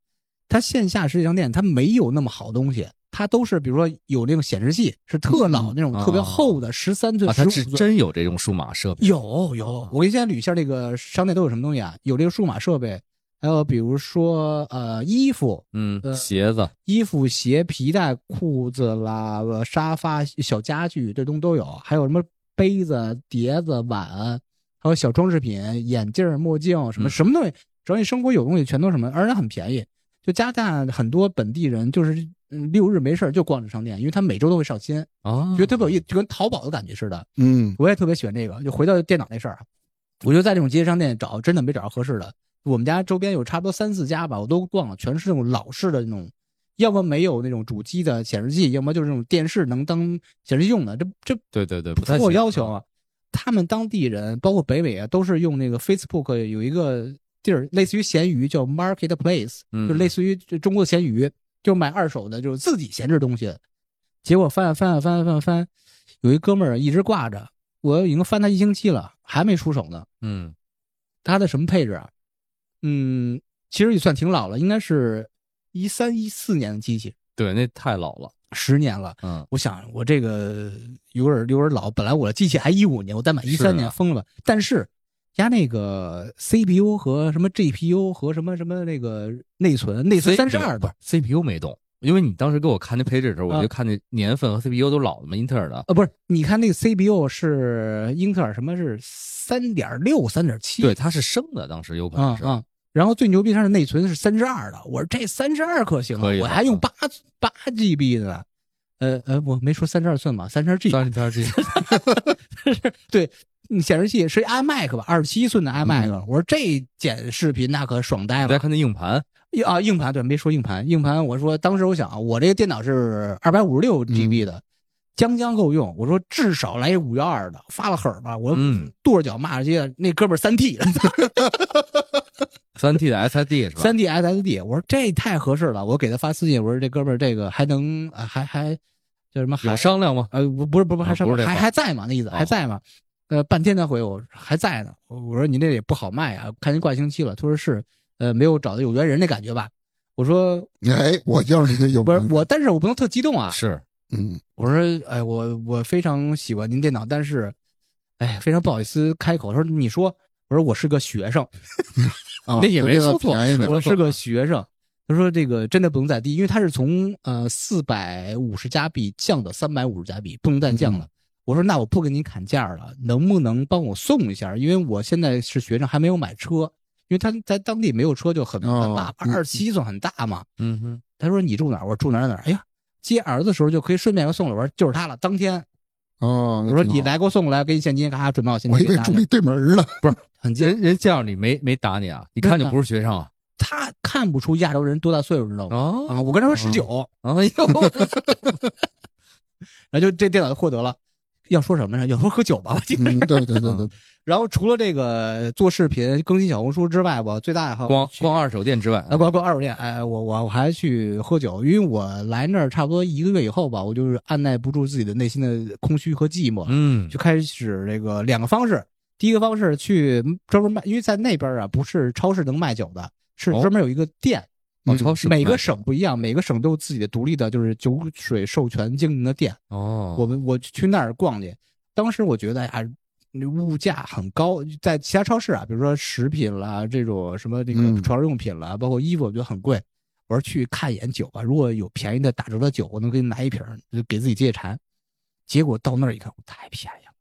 S3: 它线下实体商店它没有那么好东西，它都是比如说有那种显示器，是特老那种
S1: 嗯
S3: 特别厚的，十三寸、
S1: 啊，
S3: 十
S1: 它
S3: 五
S1: 是
S3: 寸。
S1: 真有这种数码设备，
S3: 有有，我给你先捋一下这个商店都有什么东西啊？有这个数码设备，还有比如说呃衣服，
S1: 嗯，
S3: 呃
S1: 鞋子，
S3: 衣服、鞋、皮带、裤子啦、呃沙发、小家具，这东西都有，还有什么杯子、碟子、碗，还有小装饰品、眼镜儿、墨镜，什么
S1: 嗯
S3: 什么东西，只要你生活有东西，全都什么，而且很便宜。就加拿大很多本地人就是嗯六日没事儿就逛着商店，因为他每周都会上新，
S1: 啊，
S3: 觉得特别有意思，就跟淘宝的感觉似的。
S2: 嗯，
S3: 我也特别喜欢这个。就回到电脑那事儿啊，我就在这种街机商店找，真的没找着合适的。我们家周边有差不多三四家吧，我都逛了，全是那种老式的那种，要么没有那种主机的显示器，要么就是那种电视能当显示器用的，这这
S1: 对对对，不
S3: 不
S1: 太
S3: 符合
S1: 行
S3: 要求，啊。他们当地人，包括北美啊，都是用那个 Facebook 有一个地儿，类似于闲鱼，叫 Marketplace，
S1: 嗯
S3: 就类似于这中国的闲鱼，就买二手的，就是自己闲置东西。结果翻啊翻啊翻啊翻啊翻，有一哥们儿一直挂着，我已经翻他一星期了，还没出手呢。
S1: 嗯，
S3: 它的什么配置啊？嗯，其实也算挺老了，应该是一三一四年的机器，
S1: 对，那太老了，
S3: 十年了。
S1: 嗯，
S3: 我想我这个有点有点老，本来我的机器还一五年，我再买一
S1: 是啊
S3: 三年疯了吧。但是加那个 CPU 和什么 GPU 和什么什么那个内存，内存
S1: C-
S3: 三十二
S1: 不
S3: 的
S1: 是 CPU 没动，因为你当时给我看那配置的时候，我
S3: 啊
S1: 就看那年份和 CPU 都老了嘛，英特尔的，
S3: 呃，不是，你看那个 CPU 是英特尔什么是三点六、三点七，
S1: 对，它是升的，当时有可
S3: 啊
S1: 能是，
S3: 啊，然后最牛逼它是内存是三十二的，我说这三十二可行啊
S1: 可以，的
S3: 我还用八八 GB 的呢。呃呃，我没说三十二寸吧，三十二 G，
S1: 三十条 G，
S3: 对，嗯显示器是 iMac 吧，二十七寸的
S1: 嗯
S3: iMac，、我说这剪视频那可爽呆
S1: 你
S3: 了。
S1: 再看那硬盘，
S3: 硬啊，硬盘对，没说硬盘，硬盘我说当时我想啊，我这个电脑是二百五十六
S1: 嗯
S3: GB 的，将将够用。我说至少来五幺二的，发了狠儿吧，我
S1: 嗯，
S3: 跺着脚骂着街，那哥们儿三 T
S1: 三 T 的 SSD 是吧？
S3: 三 T SSD，我说这太合适了，我给他发私信，我说这哥们儿这个还能啊还还叫什么还
S1: 有商量吗？
S3: 呃，不不是不是
S1: 啊
S3: 还上
S1: 不是这
S3: 还
S1: 块儿
S3: 还在吗？那意思
S1: 哦
S3: 还在吗？呃，半天才回我，还在呢。我我说你这也不好卖啊，看您挂星期了。他说是，呃，没有找到有缘人的感觉吧？我说
S2: 哎，我就是你的有
S3: 不是我，但是我不能特激动啊。
S1: 嗯是，
S2: 嗯，
S3: 我说哎，我我非常喜欢您电脑，但是哎，非常不好意思开口。他说你说，我说我是个学生，
S2: 啊
S3: 那也没说错
S2: 便宜的
S3: 我是个学生。他说这个真的不能再低，因为他是从呃四百五十加币降到三百五十加币，不能再降
S2: 嗯
S3: 了。我说那我不跟您砍价了，能不能帮我送一下？因为我现在是学生，还没有买车，因为他在当地没有车就很
S2: 哦
S3: 很大，
S2: 嗯
S3: 二七算很大嘛。
S1: 嗯哼，
S3: 他说你住哪儿？我说住哪儿哪儿。哎呀，接儿子的时候就可以顺便给我送了。我说就是他了。当天
S2: 哦，那
S3: 我说
S2: 挺
S3: 你
S2: 好，
S3: 来给我送过来，给你现金，咔，准备好现
S2: 我
S3: 金
S2: 以
S3: 给
S2: 为
S3: 他
S2: 住
S3: 了。
S2: 你对门儿 呢，
S3: 很近，
S1: 人人见着你没没打你啊？一看就不是学生啊？
S3: 他看不出亚洲人多大岁数，你知道吗？
S1: 哦，
S3: 啊，我跟他说十九、
S1: 哎呦，
S3: 然后就这电脑就获得了。要说什么呢？要说喝酒吧，我记得。
S2: 嗯，对对对对，
S3: 然后除了这个做视频、更新小红书之外，我最大爱 好
S1: 光
S3: 去
S1: 光二手店之外
S3: 啊，光光二手店。哎，我我我还去喝酒，因为我来那儿差不多一个月以后吧，我就是按耐不住自己的内心的空虚和寂寞，
S1: 嗯，
S3: 就开始这个两个方式。第一个方式去专门卖，因为在那边啊，不是超市能卖酒的，是
S1: 哦
S3: 专门有一个店，嗯
S1: 哦，超市
S3: 每个
S1: 卖
S3: 省不一样，每个省都有自己的独立的，就是酒水授权经营的店。
S1: 哦，
S3: 我们我去那儿逛去，当时我觉得啊，物价很高，在其他超市啊，比如说食品啦，这种什么这个
S2: 嗯
S3: 床上用品啦，包括衣服，我觉得很贵。我说去看一眼酒吧，如果有便宜的打折的酒，我能给你拿一瓶儿，就给自己解解馋。结果到那儿一看，太便宜了，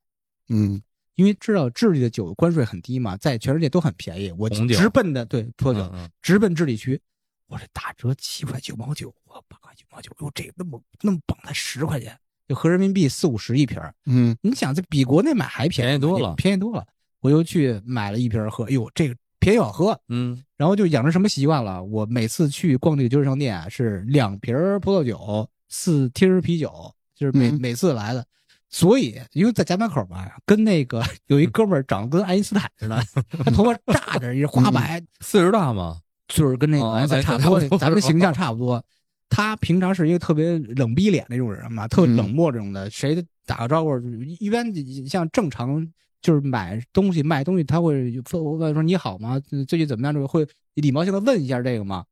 S2: 嗯，
S3: 因为知道智利的酒关税很低嘛，在全世界都很便宜。我
S1: 红酒
S3: 直奔的对葡萄酒，
S1: 嗯嗯
S3: 直奔智利区。我这打折七块九毛九，我八块九毛九，哟，这那么那么棒，才十块钱，就合人民币四五十一瓶儿。
S2: 嗯，
S3: 你想，这比国内买还便
S1: 便宜多了
S3: 便宜多了。我就去买了一瓶儿喝，哎呦，这个便宜好喝。
S1: 嗯，
S3: 然后就养成什么习惯了？我每次去逛这个酒水商店啊，是两瓶儿葡萄酒，四听儿啤酒，就是每、
S2: 嗯
S3: 每次来的。所以，因为在家门口吧，跟那个 有一哥们儿长得跟爱因斯坦似的，他头发炸着，一花白，
S1: 四十大嘛，
S3: 岁数跟那个
S1: 哦
S3: 哎咱
S1: 哎
S3: 差
S1: 咱差
S3: 不多
S1: 不，多
S3: 咱们形象差不多。他平常是一个特别冷逼脸那种人嘛，特
S2: 嗯
S3: 冷漠这种的，谁打个招呼，一般像正常就是买东西卖东西，他会问问说你好吗？最近怎么样？这个会礼貌性的问一下这个吗？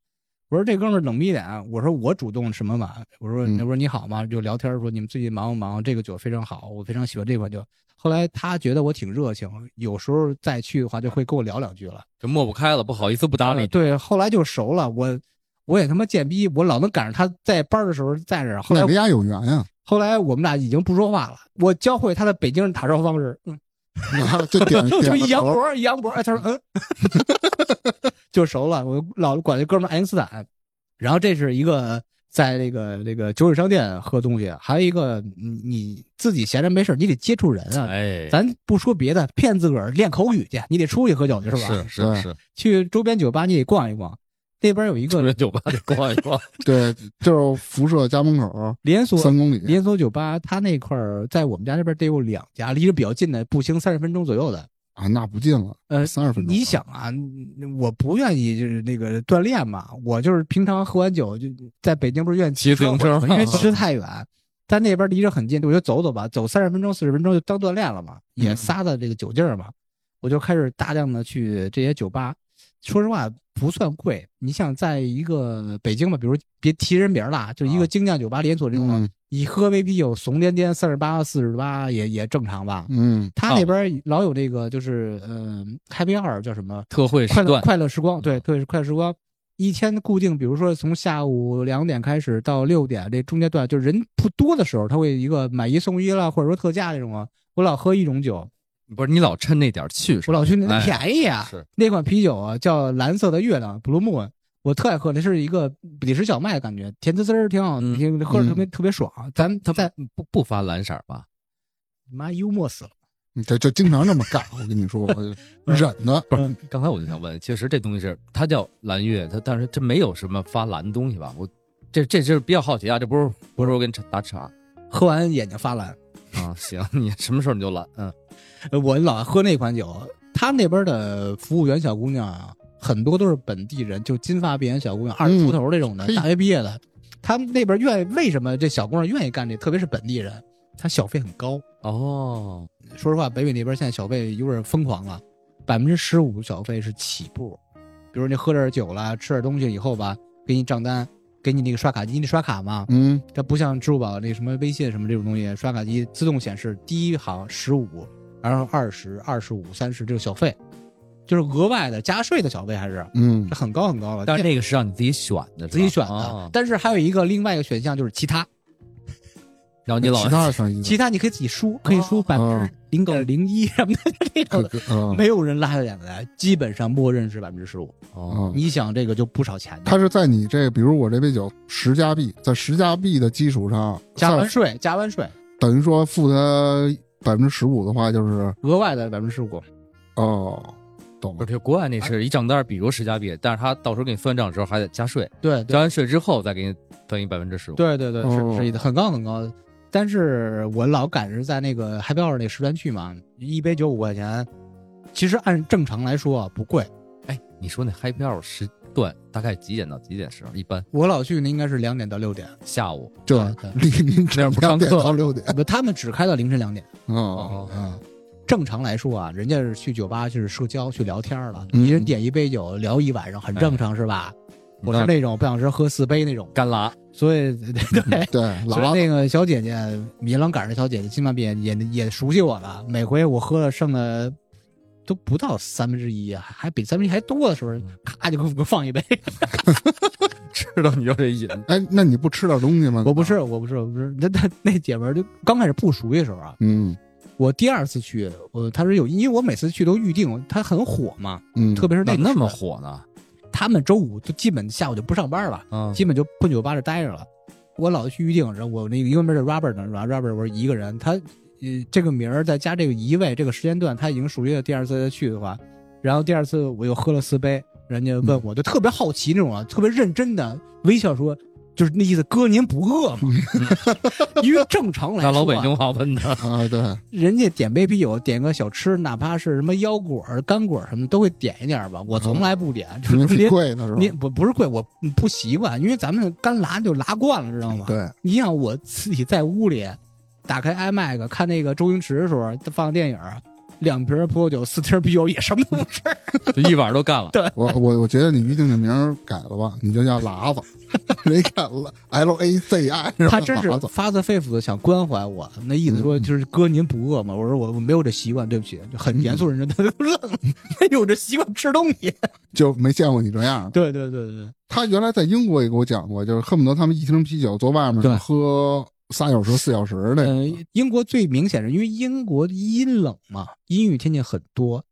S3: 我说这哥们儿冷逼脸，啊我说我主动什么嘛？我说
S2: 嗯
S3: 我说你好吗？就聊天说你们最近忙不忙？这个酒非常好，我非常喜欢这款酒。后来他觉得我挺热情，有时候再去的话就会跟我聊两句了。
S1: 就抹不开了，不好意思不打
S3: 啊
S1: 你。
S3: 对，后来就熟了。我我也他妈贱逼，我老能赶上他在班儿的时候在这儿。后
S2: 后
S3: 来
S2: 来跟家有缘啊呀，
S3: 后来我们俩已经不说话了。我教会他的北京人打招呼方式，嗯，
S2: 啊就点点
S3: 就
S2: 个
S3: 一扬
S2: 头，
S3: 脖儿一扬脖儿，哎，他说嗯， 就熟了。我老管这哥们儿爱因斯坦。然后这是一个在这个这个酒水商店喝东西，还有一个嗯你自己闲着没事儿你得接触人啊。
S1: 哎，
S3: 咱不说别的，骗自个儿练口语去，你得出去喝酒去是吧？
S1: 是
S2: 对
S1: 是是，
S3: 去周边酒吧你得逛一逛，那边有一
S1: 特
S3: 个
S1: 别酒吧得逛一 逛。
S2: 对，就是辐射家门口
S3: 连锁
S2: 三公里，
S3: 连锁酒吧，它那块儿在我们家那边得有两家，离着比较近的，步行三十分钟左右的。
S2: 啊，那不近了，
S3: 呃
S2: 三十分钟，
S3: 你想啊，我不愿意就是那个锻炼嘛，我就是平常喝完酒就在北京不是愿意
S1: 骑自行车啊
S3: 回去 因为骑得太远，但那边离着很近，我就走走吧，走三十分钟四十分钟就当锻炼了嘛，也
S2: 嗯
S3: 撒的这个酒劲儿嘛，我就开始大量的去这些酒吧。说实话不算贵，你想在一个北京吧，比如别提人名儿了，就一个
S1: 啊
S3: 精酿酒吧连锁这种，
S2: 嗯
S3: 以喝为啤酒，怂颠颠三十八、四十八也也正常吧。
S2: 嗯，
S1: 哦
S3: 他那边老有这个，就是呃，Happy Hour 叫什么？
S1: 特惠
S3: 快
S1: 时
S3: 乐
S1: 段，嗯
S3: 快乐时光，对对，快乐时光。一天固定，比如说从下午两点开始到六点，这中间段就是人不多的时候，他会一个买一送一啦，或者说特价这种啊。我老喝一种酒，
S1: 不是你老趁那点儿去是
S3: 我
S1: 吧？
S3: 老去那
S1: 哎
S3: 便宜啊，
S1: 是
S3: 那款啤酒啊叫蓝色的月亮 （Blue Moon），我特爱喝，那是一个比利时小麦的感觉，甜滋滋儿，挺好，
S1: 嗯
S3: 挺喝着特别、
S2: 嗯
S3: 特别爽。啊咱
S1: 他
S3: 在
S1: 不不不发蓝色儿吧？
S3: 妈幽默死了，
S2: 你这就经常这么干，我跟你说，我
S3: 嗯
S2: 就忍呢。
S1: 刚才我就想问，其实这东西是它叫蓝月，它但是这没有什么发蓝的东西吧？我这这就是比较好奇啊，这不是不是我给你打岔
S3: 喝完眼睛发蓝。
S1: 啊？ 行，你什么时候你就蓝？嗯，
S3: 呃我老喝那款酒，他们那边的服务员小姑娘啊，很多都是本地人，就金发碧眼小姑娘，二十
S2: 嗯
S3: 出头这种的，
S2: 嘿
S3: 大学毕业的。他们那边愿意，为什么这小姑娘愿意干这？特别是本地人，她小费很高。
S1: 哦，
S3: 说实话，北美那边现在小费有点疯狂了，百分之十五小费是起步。比如你喝点酒了，吃点东西以后吧，给你账单，给你那个刷卡机，你得刷卡嘛。
S2: 嗯，
S3: 它不像支付宝那什么微信什么这种东西，刷卡机自动显示第一行十五，然后二十二十五、三十，这个小费，就是额外的加税的小费，还是
S2: 嗯
S3: 这，很高很高了。
S1: 但是
S3: 这
S1: 那个是让你自己选的，
S3: 自己选的，
S2: 哦
S1: 啊。
S3: 但是还有一个另外一个选项就是其他，
S2: 嗯
S1: 然后你老
S2: 其他的生意，
S3: 其他你可以自己输，可以输百分
S2: 哦
S3: 之零点零一什么的这种
S2: 各
S3: 的，
S2: 个嗯，
S3: 没有人拉下脸来，基本上默认是百分之十五。
S1: 哦，
S2: 嗯
S3: 你想这个就不少钱的，
S2: 他是在你这，比如我这杯酒十加币，在十加币的基础上，
S3: 加完
S2: 再
S3: 税加完税
S2: 等于说付他百分之十五的话，就是
S3: 额外的百分之十五，
S2: 哦，懂
S1: 不
S2: 了
S1: 是，，这国外那是一账单，比如十加币，但是他到时候给你算账的时候还得加税，
S3: 对
S1: 加
S3: 对
S1: 完税之后再给你分一百分之十五。
S3: 对对对，
S2: 哦
S3: 是是的，很高很高。但是我老赶着在那个 Happy Hour 那时段去嘛，一杯酒五块钱，其实按正常来说啊不贵。
S1: 哎，你说那 Happy Hour 时段大概几点到几点时候？一般
S3: 我老去那应该是两点到六点，
S1: 下午。
S2: 这
S3: 啊对
S2: 离凌
S1: 那
S2: 晨
S1: 不
S2: 两
S1: 上
S2: 点
S1: 课
S2: 到六点，
S3: 不，他们只开到凌晨两点。
S2: 嗯
S3: 啊，正常来说啊，人家是去酒吧就是社交去聊天了，
S2: 嗯
S3: 一人点一杯酒聊一晚上，很正常是吧？
S1: 你
S3: 我是
S1: 看
S3: 那种不想吃喝四杯那种，
S1: 干拉，
S3: 所以 对，
S2: 对，
S3: 所
S2: 喇
S3: 以
S2: 叭
S3: 那个小姐姐，米兰赶上小姐姐，金马也也也熟悉我了。每回我喝了剩的都不到三分之一，啊还还比三分之一还多的时候，咔就给我给我放一杯。
S1: 知道你就这瘾。
S2: 哎，那你不吃点东西吗？
S3: 我不是，我不是，我不是。那那那姐们儿就刚开始不熟悉的时候啊，
S2: 嗯
S3: 我第二次去，我她是有，因为我每次去都预定，她很火嘛，
S2: 嗯，
S3: 特别是
S1: 那
S3: 那个
S1: 那么
S3: 时
S1: 火呢？
S3: 段，他们周五就基本下午就不上班了。
S1: 嗯，
S3: 基本就奔酒吧这待着了。我老去预定，然后我那个英文名是 Robert 呢，Robert 我是一个人，他呃这个名儿再加这个一位这个时间段，他已经属于了第二次再去的话，然后第二次我又喝了四杯，人家问我就特别好奇那种啊，特别认真的微笑说，就是那意思哥您不饿吗？ 因为正常来说、
S1: 那
S3: 啊，
S1: 老北京话问的。
S2: 啊， 对，
S3: 人家点杯啤酒，点个小吃，哪怕是什么腰果儿、干果儿什么，都会点一点儿吧。我从来不 点，
S2: 因为
S3: 就
S2: 挺
S3: 是连
S2: 贵的是吧？
S3: 你不不是贵，我不习惯，因为咱们干拉就拉惯了，知道吗？
S2: 对，
S3: 你想我自己在屋里打开 iMac 看那个周星驰的时候，放电影，两瓶葡萄酒，四听啤酒也什么都不吃。
S1: 就一晚上都 干了。
S2: 我我我觉得你预定的名儿改了吧，你就叫 喇子，没改了，L A Z I，
S3: 他真是
S2: 喇子
S3: 发自肺腑的想关怀我，那意思说就是哥您不饿吗？我说我我没有这习惯，对不起，就很严肃认真，他 就愣了，没有这习惯吃东西。
S2: 就没见过你这样。
S3: 对对对对，
S2: 他原来在英国也给我讲过，就是恨不得他们一听啤酒坐外面
S3: 对
S2: 喝仨小时、四小时的。
S3: 嗯，英国最明显是因为英国阴冷嘛，阴雨天气很多，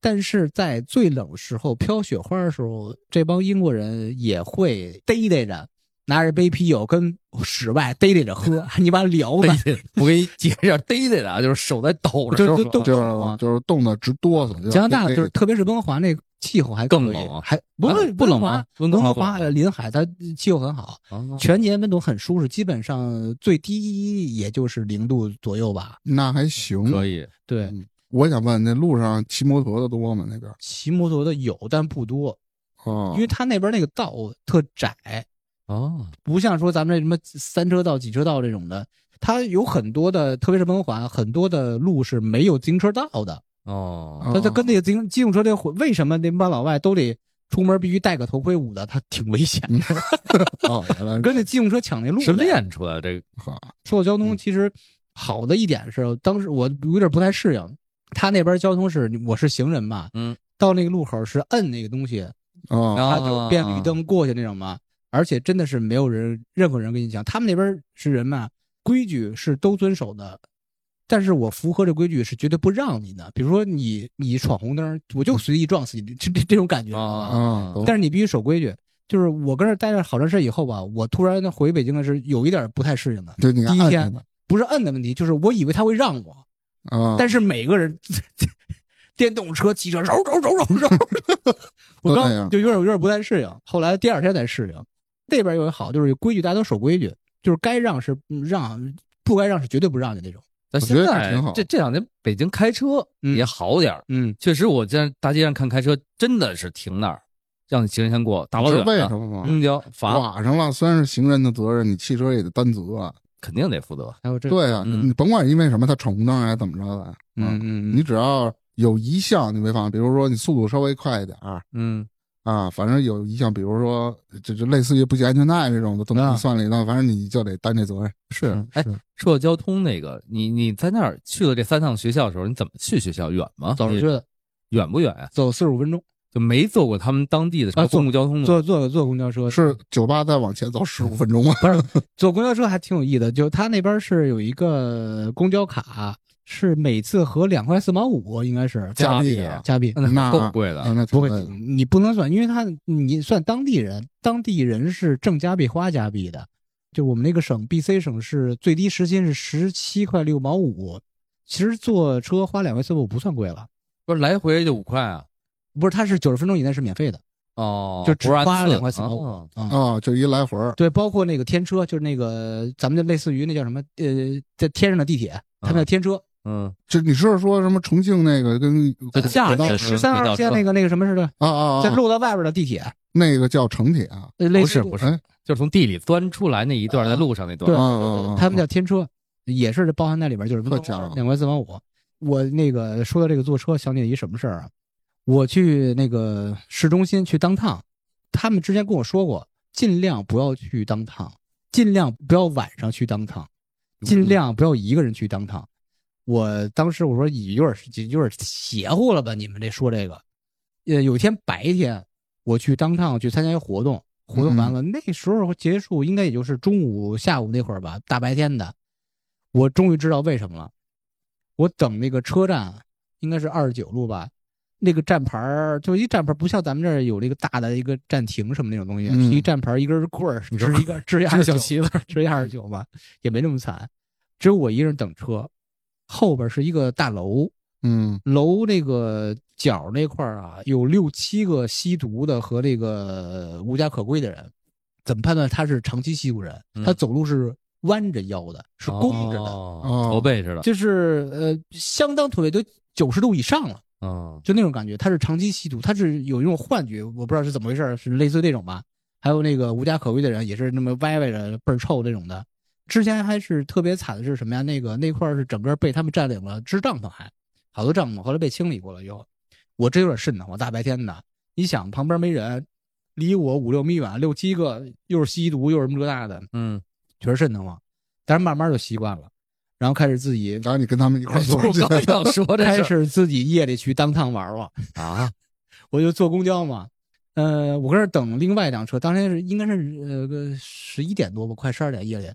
S3: 但是在最冷的时候飘雪花的时候，这帮英国人也会逮逮着，拿着杯啤酒跟室外逮逮 着喝，你把聊呢，
S1: 逮我给你解释一下，逮逮的啊，就是手在抖着， 啊就
S3: 就
S1: 是
S3: 就就
S2: 就是就是冻得直哆嗦。就哎
S3: 加拿大就是特别是温哥华那气候还可以
S1: 更冷啊
S3: 还不是
S1: 不冷啊吗？温
S3: 温
S1: 哥
S3: 哥
S1: 华
S3: 华呃临海它气候很好，
S1: 啊
S3: 全年温度很舒适，基本上最低也就是零度左右吧。
S2: 那还行。
S1: 可以。
S3: 对，
S2: 我想问，那路上骑摩托的多吗？那边
S3: 骑摩托的有，但不多。
S1: 嗯
S2: 哦，
S3: 因为他那边那个道特窄，
S1: 哦，
S3: 不像说咱们这什么三车道、几车道这种的，它有很多的，特别是温华，很多的路是没有自行车道的。
S1: 哦，
S2: 哦
S3: 它它跟那个自行机动车这混，为什么那帮老外都得出门必须戴个头盔捂的？它挺危险，
S2: 嗯哦，原来
S3: 跟那机动车抢那路
S1: 嗯是
S3: 的。
S1: 练嗯出来的这个。
S2: 好
S3: 说到交通，其实好的一点是，当时我有点不太适应，他那边交通是我是行人嘛，
S1: 嗯，
S3: 到那个路口是摁那个东西，
S2: 哦，
S1: 然
S3: 他
S1: 后
S3: 就变绿
S1: 啊
S3: 灯过去那种嘛。而且真的是没有人，任何人跟你讲，他们那边是人嘛，规矩是都遵守的，但是我符合这规矩是绝对不让你的。比如说你你闯红灯，我就随意撞死你，这这这种感觉。
S2: 嗯
S1: 啊
S2: 懂
S3: 但是你必须守规矩。就是我跟这儿待着好长时间以后吧，我突然回北京的时候有一点不太适应的，
S2: 就你看
S3: 第一
S2: 按
S3: 天
S2: 着呢
S3: 不是摁的问题，就是我以为他会让我，
S2: 啊，
S3: 但是每个人 电动车、汽 车，揉揉揉揉揉，我
S2: 都那样
S3: 刚就有点有点不太适应，后来第二天才适应。那边有个好，就是有规矩，大家都守规矩，就是该让是嗯让，不该让是绝对不让的那种。
S1: 但
S2: 我
S1: 现
S2: 觉得
S1: 在
S2: 挺好
S1: 啊这这两年北京开车
S3: 嗯
S1: 也好点儿，
S3: 嗯，
S1: 确实我在大街上看开车真的是停那儿，让行人先过，大老
S2: 是
S1: 远
S2: 为
S1: 的
S2: 什么
S3: 嗯
S2: 吗？
S1: 公交罚
S2: 剐上了，虽然是行人的责任，你汽车也得担责啊。
S1: 肯定得负责。
S3: 还有这，
S2: 对啊，
S1: 嗯
S2: 你甭管因为什么他闯红灯还是怎么着的，
S3: 嗯嗯
S2: 你
S3: 嗯，
S2: 只要有一项你违反，比如说你速度稍微快一点儿
S1: 嗯，
S2: 啊，反正有一项，比如说这这类似于不系安全带这种的，都能
S3: 啊
S2: 算里头，反正你就得担这责任。
S1: 是
S2: 嗯，
S1: 哎，说到交通那个，你你在那儿去了这三趟学校的时候，你怎么去学校？远吗？
S3: 走着去
S1: 你
S3: 的，
S1: 远不远啊？
S3: 走四十五分钟，
S1: 就没坐过他们当地的什么
S3: 啊坐
S1: 公共交通吗？
S3: 坐坐坐公交车，
S2: 嗯是酒吧再往前走十五分钟吧？
S3: 坐公交车还挺有意的，就他那边是有一个公交卡，是每次合两块四毛五，应该是
S2: 加币
S3: 币
S2: 啊
S3: 加币。
S1: 那
S2: 那
S1: 够贵的
S2: 啊，那挺
S3: 不会
S2: 累的，
S1: 嗯
S3: 你不能算，因为他你算当地人，当地人是挣加币花加币的。就我们那个省 B C 省是最低时薪是十七块六毛五，其实坐车花两块四毛五不算贵了。
S1: 不是来回就五块啊？
S3: 不是，它是九十分钟以内是免费的
S1: 哦，
S3: 就只
S1: 不是按
S3: 花
S1: 次
S3: 两块四毛五
S1: 哦
S3: 啊、
S2: 啊，就一来回儿
S3: 对，包括那个天车，就是那个咱们就类似于那叫什么呃，在天上的地铁，他们叫天车，
S1: 嗯，
S2: 就你是说什么重庆那个跟
S1: 对
S2: 跟
S3: 下
S2: 轨道
S1: 去
S3: 十三号线那个那个什么似的，
S2: 啊啊
S3: 在
S2: 啊，
S3: 路到外边的地铁，
S2: 那个叫城铁啊，
S3: 呃类
S1: 不
S3: 似
S1: 是
S3: 于
S1: 不是，
S2: 哎，
S1: 就是从地里钻出来那一段，在路上那段
S3: 对，
S2: 啊啊啊，
S3: 他们叫天车，也是包含在里边，就是
S2: 特价啊
S3: 两块四毛五。我那个说到这个坐车，想起一什么事儿啊？我去那个市中心去当趟，他们之前跟我说过，尽量不要去当趟，尽量不要晚上去当趟，尽量不要一个人去当趟。我当时我说你有点有点邪乎了吧？你们这说这个，呃，有一天白天我去当趟去参加一活动，活动完了、那时候结束应该也就是中午下午那会儿吧，大白天的，我终于知道为什么了。我等那个车站应该是二十九路吧，那个站牌儿就一站牌儿，不像咱们这儿有那个大的一个站亭什么那种东西，
S2: 嗯
S3: 是一站牌儿一根棍儿，支一个支一
S1: 支
S3: 二
S1: 小
S3: 九，
S1: 旗子，
S3: 支一二十九吧，也没那么惨。只有我一个人等车，后边是一个大楼，
S2: 嗯
S3: 楼那个角那块儿啊，有六七个吸毒的和这个无家可归的人，怎么判断他是长期吸毒人？
S1: 嗯
S3: 他走路是弯着腰的，是弓着的，
S1: 哦
S2: 哦
S1: 驼背似的，
S3: 就是呃相当腿都九十度以上了，
S1: 嗯，
S3: 就那种感觉。他是长期吸毒，他是有一种幻觉，我不知道是怎么回事儿，是类似那种吧。还有那个无家可归的人也是那么歪歪着倍儿臭这种的。之前还是特别惨的是什么呀？那个那块儿是整个被他们占领了，支帐篷还好多帐篷，后来被清理过了以后，我真有点瘆得慌，大白天的，你想旁边没人，离我五六米远，六七个又是吸毒又是什么这那的，
S1: 嗯，
S3: 确实瘆得慌。但是慢慢就习惯了，然后开始自己
S2: 然后你跟他们一块儿 走
S1: 我
S2: 去，
S1: 刚想说这
S3: 开
S1: 事
S3: 始自己夜里去当趟玩了。
S1: 儿啊，
S3: 我就坐公交嘛，呃，我跟这儿等另外一辆车，当天是应该是呃个十一点多吧，快十二点夜里，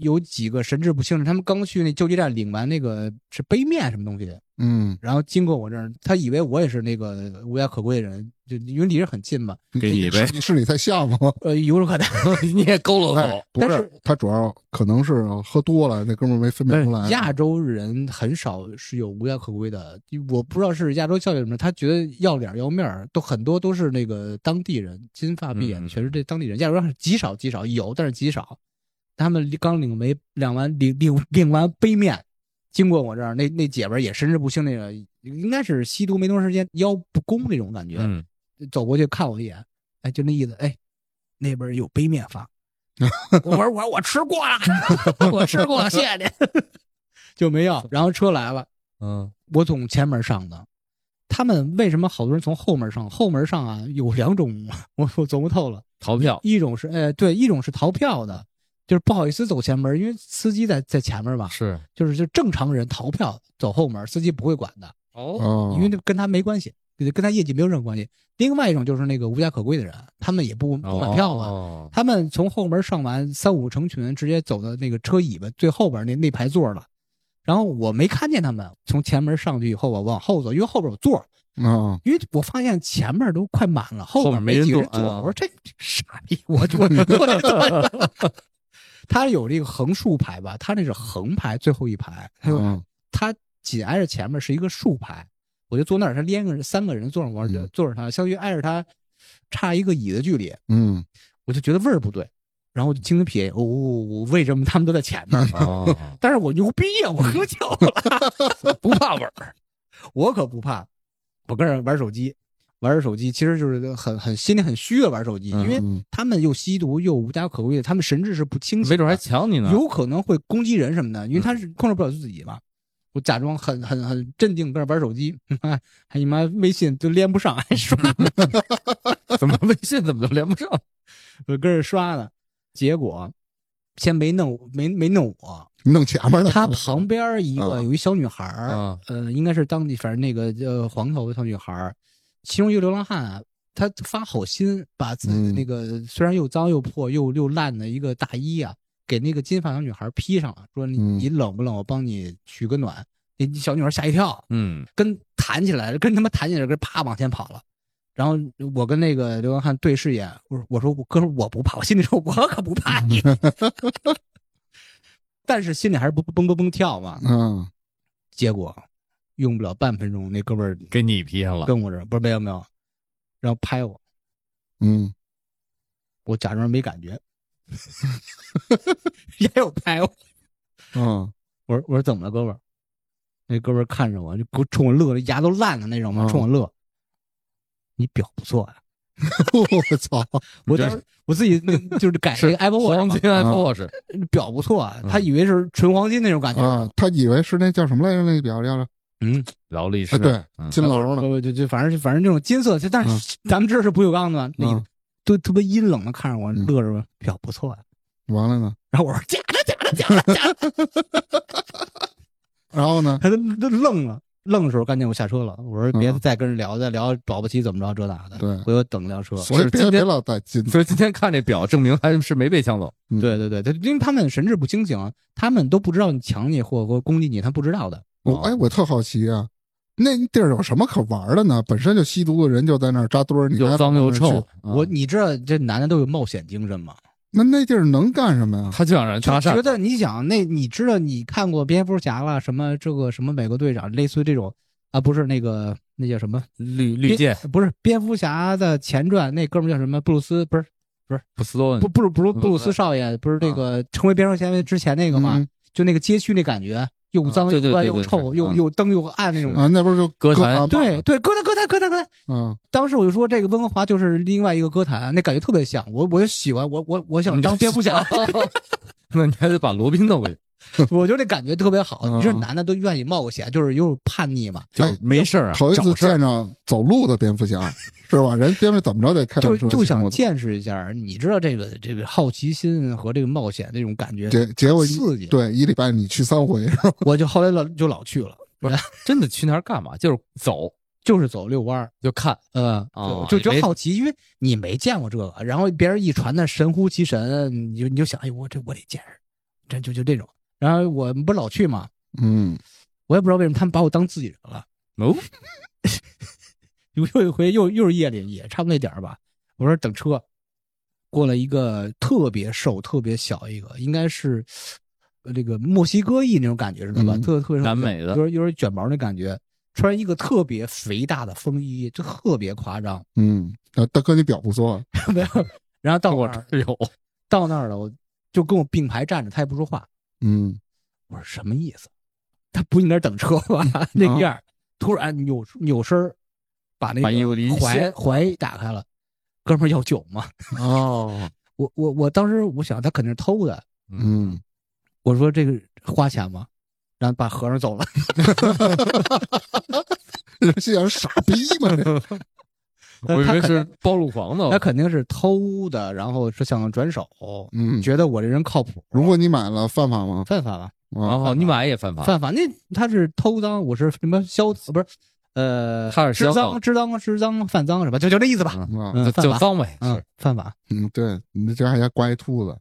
S3: 有几个神志不清的，他们刚去那救济站领完那个是杯面什么东西，
S2: 嗯，
S3: 然后经过我这儿，他以为我也是那个无家可归的人，就因为离着很近嘛，
S1: 给你呗
S2: 是是你太像吗？
S3: 呃，有种可能，
S1: 你也佝偻
S2: 哎
S1: 走，，
S2: 不
S3: 但
S2: 是
S3: 是，
S2: 他主要可能是喝多了，那哥们儿没分辨出来。
S3: 亚洲人很少是有无家可归的，我不知道是亚洲教育什么，他觉得要脸儿要面儿，都很多都是那个当地人，金发碧眼，
S1: 嗯
S3: 全是这当地人。亚洲人很极少极少有，但是极少。他们刚领没两完领领领完杯面，经过我这儿，那那姐们儿也神志不清，那个应该是吸毒没多长时间，腰不弓那种感觉，
S1: 嗯，
S3: 走过去看我一眼，哎，就那意思，哎，那边有杯面发。我说我我吃过了， 我吃过了，谢谢您， 就没要。然后车来了，
S1: 嗯，
S3: 我从前门上的，他们为什么好多人从后门上？后门上啊有两种，我我琢磨透了，
S1: 逃票，
S3: 一种是呃对，一种是逃票的，就是不好意思走前门，因为司机在在前面嘛，
S1: 是，
S3: 就是就正常人逃票走后门，司机不会管的。
S1: 哦，
S2: 哦，
S3: 因为那跟他没关系，跟他业绩没有任何关系。另外一种就是那个无家可归的人，他们也不不买票啊，
S1: 哦，
S3: 他们从后门上完，三五成群直接走到那个车尾巴最后边那那排座了，然后我没看见他们从前门上去以后，我往后走，因为后边有座儿，
S2: 嗯，
S3: 因为我发现前面都快满了，后
S1: 后
S3: 面
S1: 面没人
S3: 几个人
S1: 坐
S3: 坐。
S1: 嗯
S3: 我说这傻逼，我我我这坐。 他有这个横竖排吧，他那是横排最后一排，他
S1: 哦
S3: 有
S2: 嗯
S3: 他紧挨着前面是一个竖排，我就坐那儿，他连个人三个人坐上我，
S2: 嗯
S3: 坐着他，相当于挨着他差一个椅子距离，
S2: 嗯，
S3: 我就觉得味儿不对，然后我就轻轻瞥一眼，哦，为什么他们都在前面？
S1: 哦，
S3: 但是我牛逼呀、我喝酒了，不怕味儿，我可不怕。我跟着玩手机，玩着手机，其实就是很很心里很虚的玩手机，
S1: 嗯
S3: 因为
S2: 嗯
S3: 他们又吸毒又无家可归的，他们神志是不清醒的，
S1: 没准还抢
S2: 啊
S1: 你呢。
S3: 有可能会攻击人什么的，
S2: 嗯
S3: 因为他是控制不了自己嘛。我假装很很很镇定，跟那玩手机， 还你妈微信都连不上，还刷，
S1: 怎么微信怎么就连不上？
S3: 我跟着刷呢。结果先没弄没没弄我，
S2: 嗯弄前面的，
S3: 他旁边一个
S2: 嗯
S3: 有一小女孩儿，
S1: 啊
S3: 呃，应该是当地反正那个呃黄头发小女孩儿，其中一个流浪汉啊，他发好心把自己的
S2: 嗯
S3: 那个虽然又脏又破又又烂的一个大衣啊，给那个金发小女孩披上了，说你
S2: 嗯
S3: 你冷不冷？我帮你取个暖。那小女孩吓一跳，
S1: 嗯，
S3: 跟弹起来了，跟他妈弹起来了，跟啪往前跑了。然后我跟那个流浪汉对视一眼，我说我说我哥们儿我不怕，我心里说我可不怕 你， 但是心里还是蹦蹦蹦蹦 跳嘛。
S2: 嗯
S3: 结果用不了半分钟，那哥们儿
S1: 给你批上了。
S3: 跟我这儿不是没有没有，然后拍我，
S2: 嗯，
S3: 我假装没感 觉，也有拍我。
S2: 嗯
S3: 我说我说怎么了，哥们儿？那哥们儿看着我就给我冲我乐了，牙都烂了那种嘛，
S2: 嗯
S3: 冲我乐。你表不错呀、啊
S2: 我操，
S3: 哦我当时我自己那就是改这
S1: 是
S3: 个 Apple
S1: 黄
S3: Watch，
S1: 金 Apple Watch，
S3: 嘛表不错啊，
S1: 嗯
S3: 他以为是纯黄金那种感觉。
S2: 啊，他以为是那叫什么来着？那个表叫着，
S3: 嗯，
S1: 劳力士。
S2: 啊，对，
S1: 嗯
S2: 金楼呢，
S3: 就就就反正反正这种金色，就但是咱们这是不锈钢的嘛，那
S2: 嗯
S3: 都特别阴冷的看着我，
S2: 嗯
S3: 乐着说表不错啊呀、
S2: 完了呢，
S3: 然后我说假的假的假的假的，
S2: 然后呢，
S3: 他都都愣了。愣的时候，赶紧我下车了。我说
S2: 嗯
S3: 别再跟人聊，再聊保不齐怎么着这那的。
S2: 对
S3: 回头等辆车。
S2: 所以
S1: 是
S2: 别
S1: 今天
S2: 别老带金，
S3: 哦
S1: 所以今天看这表，证明还是没被抢走。
S2: 嗯
S3: 对对对，他因为他们神志不清醒，啊他们都不知道你抢你或或攻击你，他不知道的。
S2: 我哎，我特好奇啊，那地儿有什么可玩的呢？本身就吸毒的人就在那儿扎堆儿，你
S1: 又
S2: 还
S1: 脏
S2: 跑那
S1: 又
S2: 儿去
S1: 臭，，嗯
S3: 我你知道这男的都有冒险精神吗？
S2: 那那地儿能干什么呀？
S1: 他就想让人
S3: 就
S1: 搭
S3: 觉
S1: 讪，
S3: 得你想那你知道你看过蝙蝠侠了，什么这个什么美国队长，类似于这种啊，不是那个那叫什么
S1: 绿绿箭
S3: 蝙不是蝙蝠侠的前传，那哥们儿叫什么布鲁斯不是
S1: 不斯多
S3: 布布鲁布鲁
S1: 嗯
S3: 布鲁斯少爷，不是那个成为蝙蝠侠之前那个吗？
S2: 嗯
S3: 就那个街区那感觉，又
S1: 嗯
S3: 脏
S1: 对对
S3: 又乱
S1: 对
S3: 又
S1: 对
S3: 臭
S1: 是
S3: 又
S1: 嗯
S3: 又灯又暗那种。
S2: 啊，那不是就
S1: 歌坛
S2: 啊
S3: 对对，哥谭哥谭哥谭哥谭。
S2: 嗯
S3: 当时我就说这个温哥华就是另外一个歌坛，那感觉特别像。我我就喜欢我我我想当蝙蝠侠，
S1: 那你还得把罗宾弄过去，
S3: 我觉得那感觉特别好。
S2: 嗯
S3: 你说男的都愿意冒险，就是又叛逆嘛，
S1: 就没事儿啊，
S2: 哎头一次
S1: 找事儿
S2: 见着走路的蝙蝠侠，是吧？人蝙蝠怎么着得开
S3: 就
S2: 辆车
S3: 就想
S2: 骑
S3: 见识一下。你知道这个这个好奇心和这个冒险这种感觉
S2: 摩，托结结果一
S3: 刺激
S2: 对一礼拜你去三回，
S3: 我就后来老就老去了，
S1: 真的去那儿干嘛？就是走
S3: 就是走遛弯儿。
S1: 就看，
S3: 嗯，
S1: 哦
S3: 就就
S1: 也没
S3: 好奇，因为你没见过这个，然后别人一传的神乎其神，你就你就想，哎呦，我这我得见识，这就就这种。然后我们不老去嘛，
S2: 嗯，
S3: 我也不知道为什么他们把我当自己人了。
S1: 哦，
S3: 有又一回又又是夜里，也差不多那点儿吧。我说等车，过了一个特别瘦、特别小一个，应该是呃那个墨西哥裔那种感觉，知道吧？
S2: 嗯
S3: 特特别瘦
S1: 南美
S3: 有
S1: 的，
S3: 点有点卷毛那感觉，穿一个特别肥大的风衣，就特别夸张。
S2: 嗯，啊大哥你表不错，
S3: 没有，然后到
S1: 我
S3: 那儿
S1: 这有，
S3: 到那儿了，我就跟我并排站着，他也不说话。
S2: 嗯
S3: 我说什么意思？他不应该等车吧？ 那个样儿，突然扭扭身儿把那
S1: 嗯把衣服
S3: 个
S1: 一
S3: 怀
S1: 掀
S3: 怀打开了，哥们儿要酒吗？
S2: 哦，
S3: 我我我当时我想他肯定是偷的，
S2: 嗯，
S3: 我说这个花钱吗？然后把和尚走了，
S2: 人心想傻逼嘛，这
S1: 我以
S3: 他
S1: 为
S3: 肯
S1: 是暴露狂呢，
S3: 他肯定是偷的，然后是想转手，
S2: 嗯，
S3: 觉得我这人靠谱，
S2: 如果你买了犯法吗？
S3: 犯法吧？
S1: 然
S2: 啊，
S1: 哦后你买也犯法，
S3: 犯法，那他是偷赃，我是什么消不是？呃，
S1: 哈尔
S3: 知
S1: 消
S3: 脏
S1: 耗
S3: 知脏知脏犯脏是吧？就就这意思吧。
S2: 啊，
S3: 嗯
S1: 就
S3: 犯
S1: 就
S3: 法
S1: 脏呗，
S3: 嗯，犯法。
S2: 嗯，对你这还乖兔子，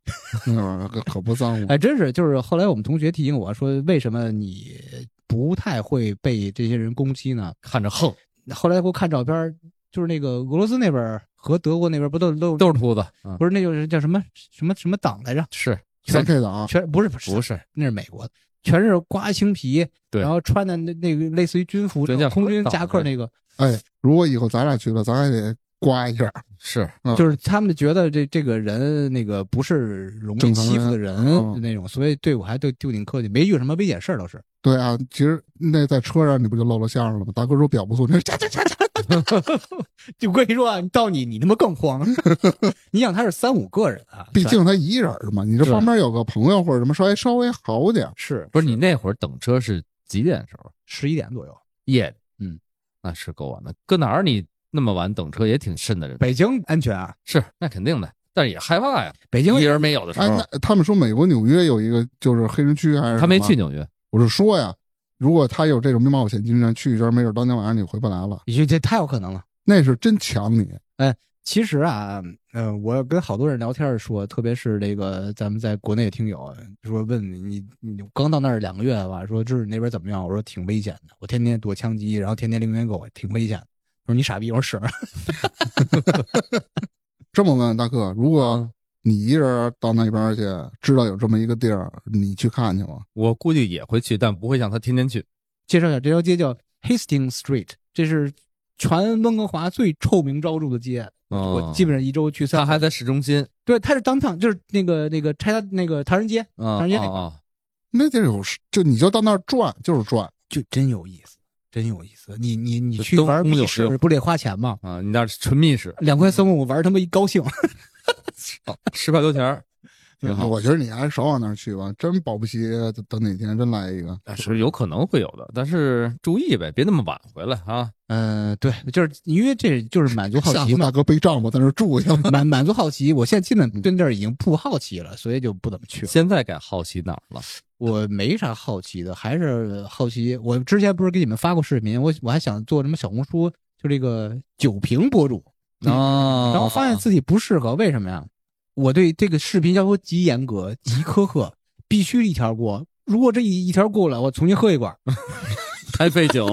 S2: 嗯可可不脏了。
S3: 哎，真是，就是后来我们同学提醒我说，为什么你不太会被这些人攻击呢？
S1: 看着横，
S3: 后来给我看照片儿，就是那个俄罗斯那边儿和德国那边儿不都都
S1: 都是秃子，嗯
S3: 不是那就是叫什么什么什么党来着？
S1: 是
S2: 全 K 党啊，
S3: 全不是
S1: 哦不
S3: 不
S1: 是？
S3: 那是美国的，全是刮青皮，
S1: 对
S3: 然后穿的那那个类似于军服，
S1: 人家
S3: 空军
S1: 很
S3: 夹克
S1: 早的
S3: 那个，
S2: 哎，如果以后咱俩去了，咱还得刮一下。
S1: 是
S3: 就是他们觉得这这个人那个不是容易
S2: 正常人
S3: 欺负的人
S2: 嗯
S3: 那种，所以对我还对就挺客气，没遇上什么危险事儿倒是。
S2: 对啊，其实那在车上你不就露了馅儿了吗？大哥说表不错，你说这这这这
S3: 就我跟你说啊，到你你他妈更慌， 你想他是三五个人啊，
S2: 毕竟他一人儿嘛，你这
S3: 是
S2: 旁边有个朋友或者什么，稍微稍微好点儿。
S3: 是
S1: 不是？你那会儿等车是几点的时候？
S3: 十一点左右。
S1: 夜里，
S3: 嗯，
S1: 那是够晚的。搁哪儿你那么晚等车也挺瘆的人，
S3: 北京安全啊，
S1: 是那肯定的，但是也害怕呀，
S3: 北京
S1: 一人没有的时
S2: 哎，
S1: 候，
S2: 那他们说美国纽约有一个就是黑人区还是
S1: 哦他没
S2: 什么
S1: 去，纽约，
S2: 我是说呀，如果他有这种面貌险金山去一圈，没准当天晚上你回不来了，
S3: 这这太有可能了。
S2: 那是真抢你。
S3: 其实啊，呃，我跟好多人聊天儿说，特别是这个咱们在国内的听友说问你，你你刚到那儿两个月吧，说知识那边怎么样？我说挺危险的，我天天躲枪击，然后天天零元狗，挺危险的。我说你傻逼，我说是，
S2: 这么问大哥，如果你一人到那边去，知道有这么一个地儿，你去看去吗？
S1: 我估计也会去，但不会像他天天去。
S3: 介绍一下，这条街叫 Hastings Street，这是全温哥华最臭名昭著的街。我基
S1: 本
S3: 本上一周去
S1: 他
S3: 三，
S1: 还在市中心，
S3: 对，它是当趟，就是那个那个拆它那个唐人街，
S1: 啊
S3: 唐人街那块儿
S1: 啊啊，
S2: 那地儿有，就你就到那儿转，就是转。
S3: 就真有意思，真有意思。你你你
S1: 就
S3: 去
S1: 都
S3: 玩
S1: 公有
S3: 密
S1: 私有
S3: 室不得花钱吗？
S1: 啊，你那是纯密室，
S3: 两块三毛五玩他妈一高兴，
S1: 十块多钱儿，挺好。
S2: 我觉得你还是少往那儿去吧，真保不齐等哪天真来一个。
S1: 是有可能会有的，但是注意呗，别那么晚回来啊。
S3: 呃，对，就是因为这就是满足好
S2: 下
S3: 奇
S2: 次
S3: 嘛
S2: 大，哥背帐篷在那儿住去了。
S3: 满满足好奇。我现在基本对那儿已经不好奇了，所以就不怎么去了。
S1: 现在该好奇哪儿了？
S3: 我没啥好奇的，还是好奇。我之前不是给你们发过视频，我我还想做什么小红书，就这个酒评博主，
S1: 啊
S3: 然后发现自己不适合，为什么呀？我对这个视频要求极严格、极苛刻，必须一条过。如果这一一条过了，我重新喝一罐。
S1: 太费酒，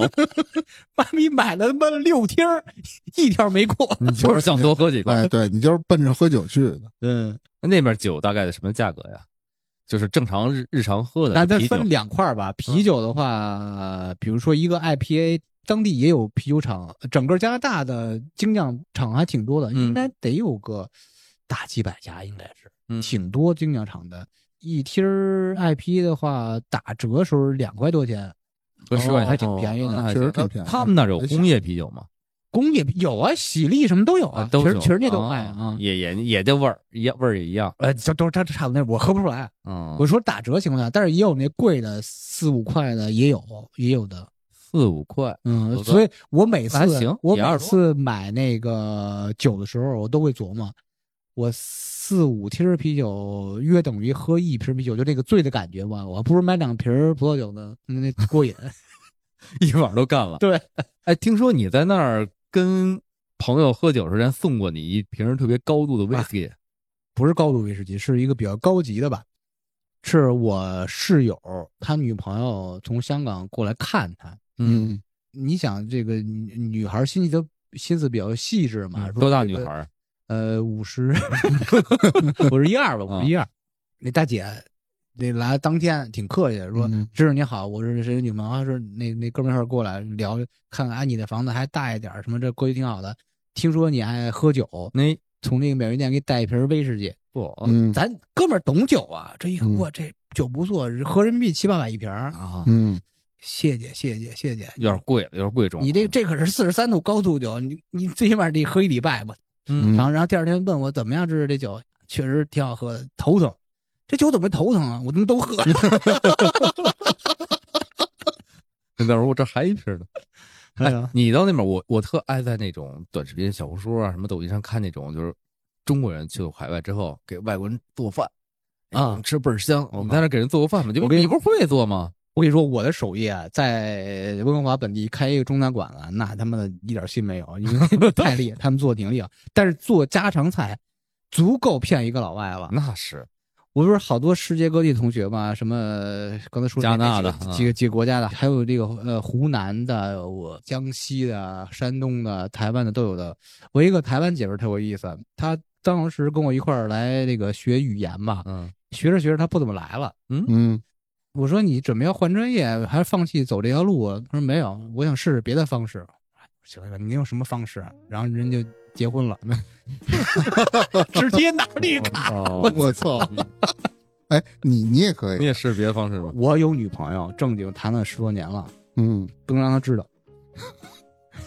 S3: 妈咪买了他妈六听儿，一条没过。
S1: 你 就是想多喝几罐。
S2: 哎，对你就是奔着喝酒去的，
S3: 嗯，
S1: 那边酒大概的什么价格呀？就是正常日日常喝的
S3: 那再
S1: 啤酒嗯
S3: 分两块儿吧。啤酒的话，比如说一个 IPA，当地也有啤酒厂，整个加拿大的精酿厂还挺多的，
S1: 嗯
S3: 应该得有个大几百家，应该是、
S1: 嗯
S3: 挺多精酿厂的。一听儿 IPA 的话，打折时候两块多钱，
S1: 和十块
S3: 哦还
S1: 钱，
S3: 挺便宜的。哎
S1: 那还
S2: 确实
S1: 行
S2: 挺便宜
S1: 他他们那儿有工业啤酒吗？
S3: 工业有啊，喜力什么都有啊，
S1: 都
S3: 其
S1: 有
S3: 实其实那都
S1: 哦
S3: 卖啊。
S1: 也也也这味儿，也味儿也一样。
S3: 呃，这都是它差不多那，我喝不出来。
S1: 嗯，
S3: 我说打折情况下，但是也有那贵的四五块的，也有也有的，
S1: 四五 块，
S3: 嗯，
S1: 不错
S3: 所以我每次
S1: 还行
S3: 我
S1: 也二
S3: 每
S1: 十
S3: 次买那个酒的时候，我都会琢磨，我四五听儿啤酒约等于喝一瓶啤酒，就那个醉的感觉吧，我不如买两瓶儿葡萄酒呢，那那过 瘾。
S1: 一晚上都干了。
S3: 对，
S1: 哎，听说你在那儿跟朋友喝酒时，人家送过你一瓶特别高度的威士
S3: 啊
S1: 忌，
S3: 不是高度威士忌，是一个比较高级的吧。是我室友他女朋友从香港过来看他，
S1: 嗯，
S2: 嗯，
S3: 你想这个女女孩儿心里都心思比较细致嘛，说
S1: 嗯多大
S3: 这
S1: 女
S3: 个
S1: 孩 儿？
S3: 呃，五十，五十一二
S1: 啊
S3: 吧，五十一二。那大姐，那来当天挺客气的，说
S2: 嗯：“
S3: 知识你好，我是谁女朋友。”她说：“那那哥们儿一会儿过来聊，看看哎，你的房子还大一点儿，什么这过去挺好的。听说你爱喝酒，
S1: 那
S3: 从那个免税店给你带一瓶威士忌。
S1: 不，
S2: 嗯
S3: 咱哥们儿懂酒啊，这一看
S2: 嗯
S3: 哇，这酒不错，合人民币七八百一瓶儿。
S1: 啊，
S2: 嗯，
S3: 谢谢谢谢谢谢，
S1: 有点贵了，有点贵重啊了。
S3: 你这这可是四十三度高度酒，你你最起码得喝一礼拜吧。”
S1: 嗯，
S3: 然后然后第二天问我怎么样，这是这酒，确实挺好喝的，头疼。这酒怎么头疼啊？我他妈都喝了。
S1: 那时候我这还一瓶呢。
S3: 哎呀，
S1: 你到那边，我我特爱在那种短视频、小红书啊、什么抖音上看那种，就是中国人去了海外之后给外国人做饭
S3: 啊
S1: 哎吃倍儿香。
S3: 我
S1: 你在那给人做过饭吗？就
S3: 我跟你
S1: 你不是会做吗？
S3: 我跟你说，我的首页啊，在温哥华本地开一个中餐馆啊，那他妈的一点心没有，因为 太厉害，他们做的挺厉害，但是做家常菜足够骗一个老外了。
S1: 那是
S3: 我不是好多世界各地同学嘛，什么刚才说
S1: 加拿大
S3: 那
S1: 的
S3: 几个
S1: 啊
S3: 几个几个国家的，还有这个呃湖南的、我江西的、山东的、台湾的都有的。我一个台湾姐们儿特有意思，她当时跟我一块儿来这个学语言嘛，
S1: 嗯
S3: 学着学着她不怎么来了。
S2: 嗯，
S3: 我说你准备要换专业，还是放弃走这条路啊？她说没有，我想试试别的方式。行了，你用什么方式啊？然后人就结婚了， 直接拿绿卡。
S1: 哦
S2: 我，我操！ 哎，你你也可
S1: 你
S2: 以，
S1: 也是别的方式吗？
S3: 我有女朋友，正经谈了十多年了。
S2: 嗯，
S3: 不能让他知道。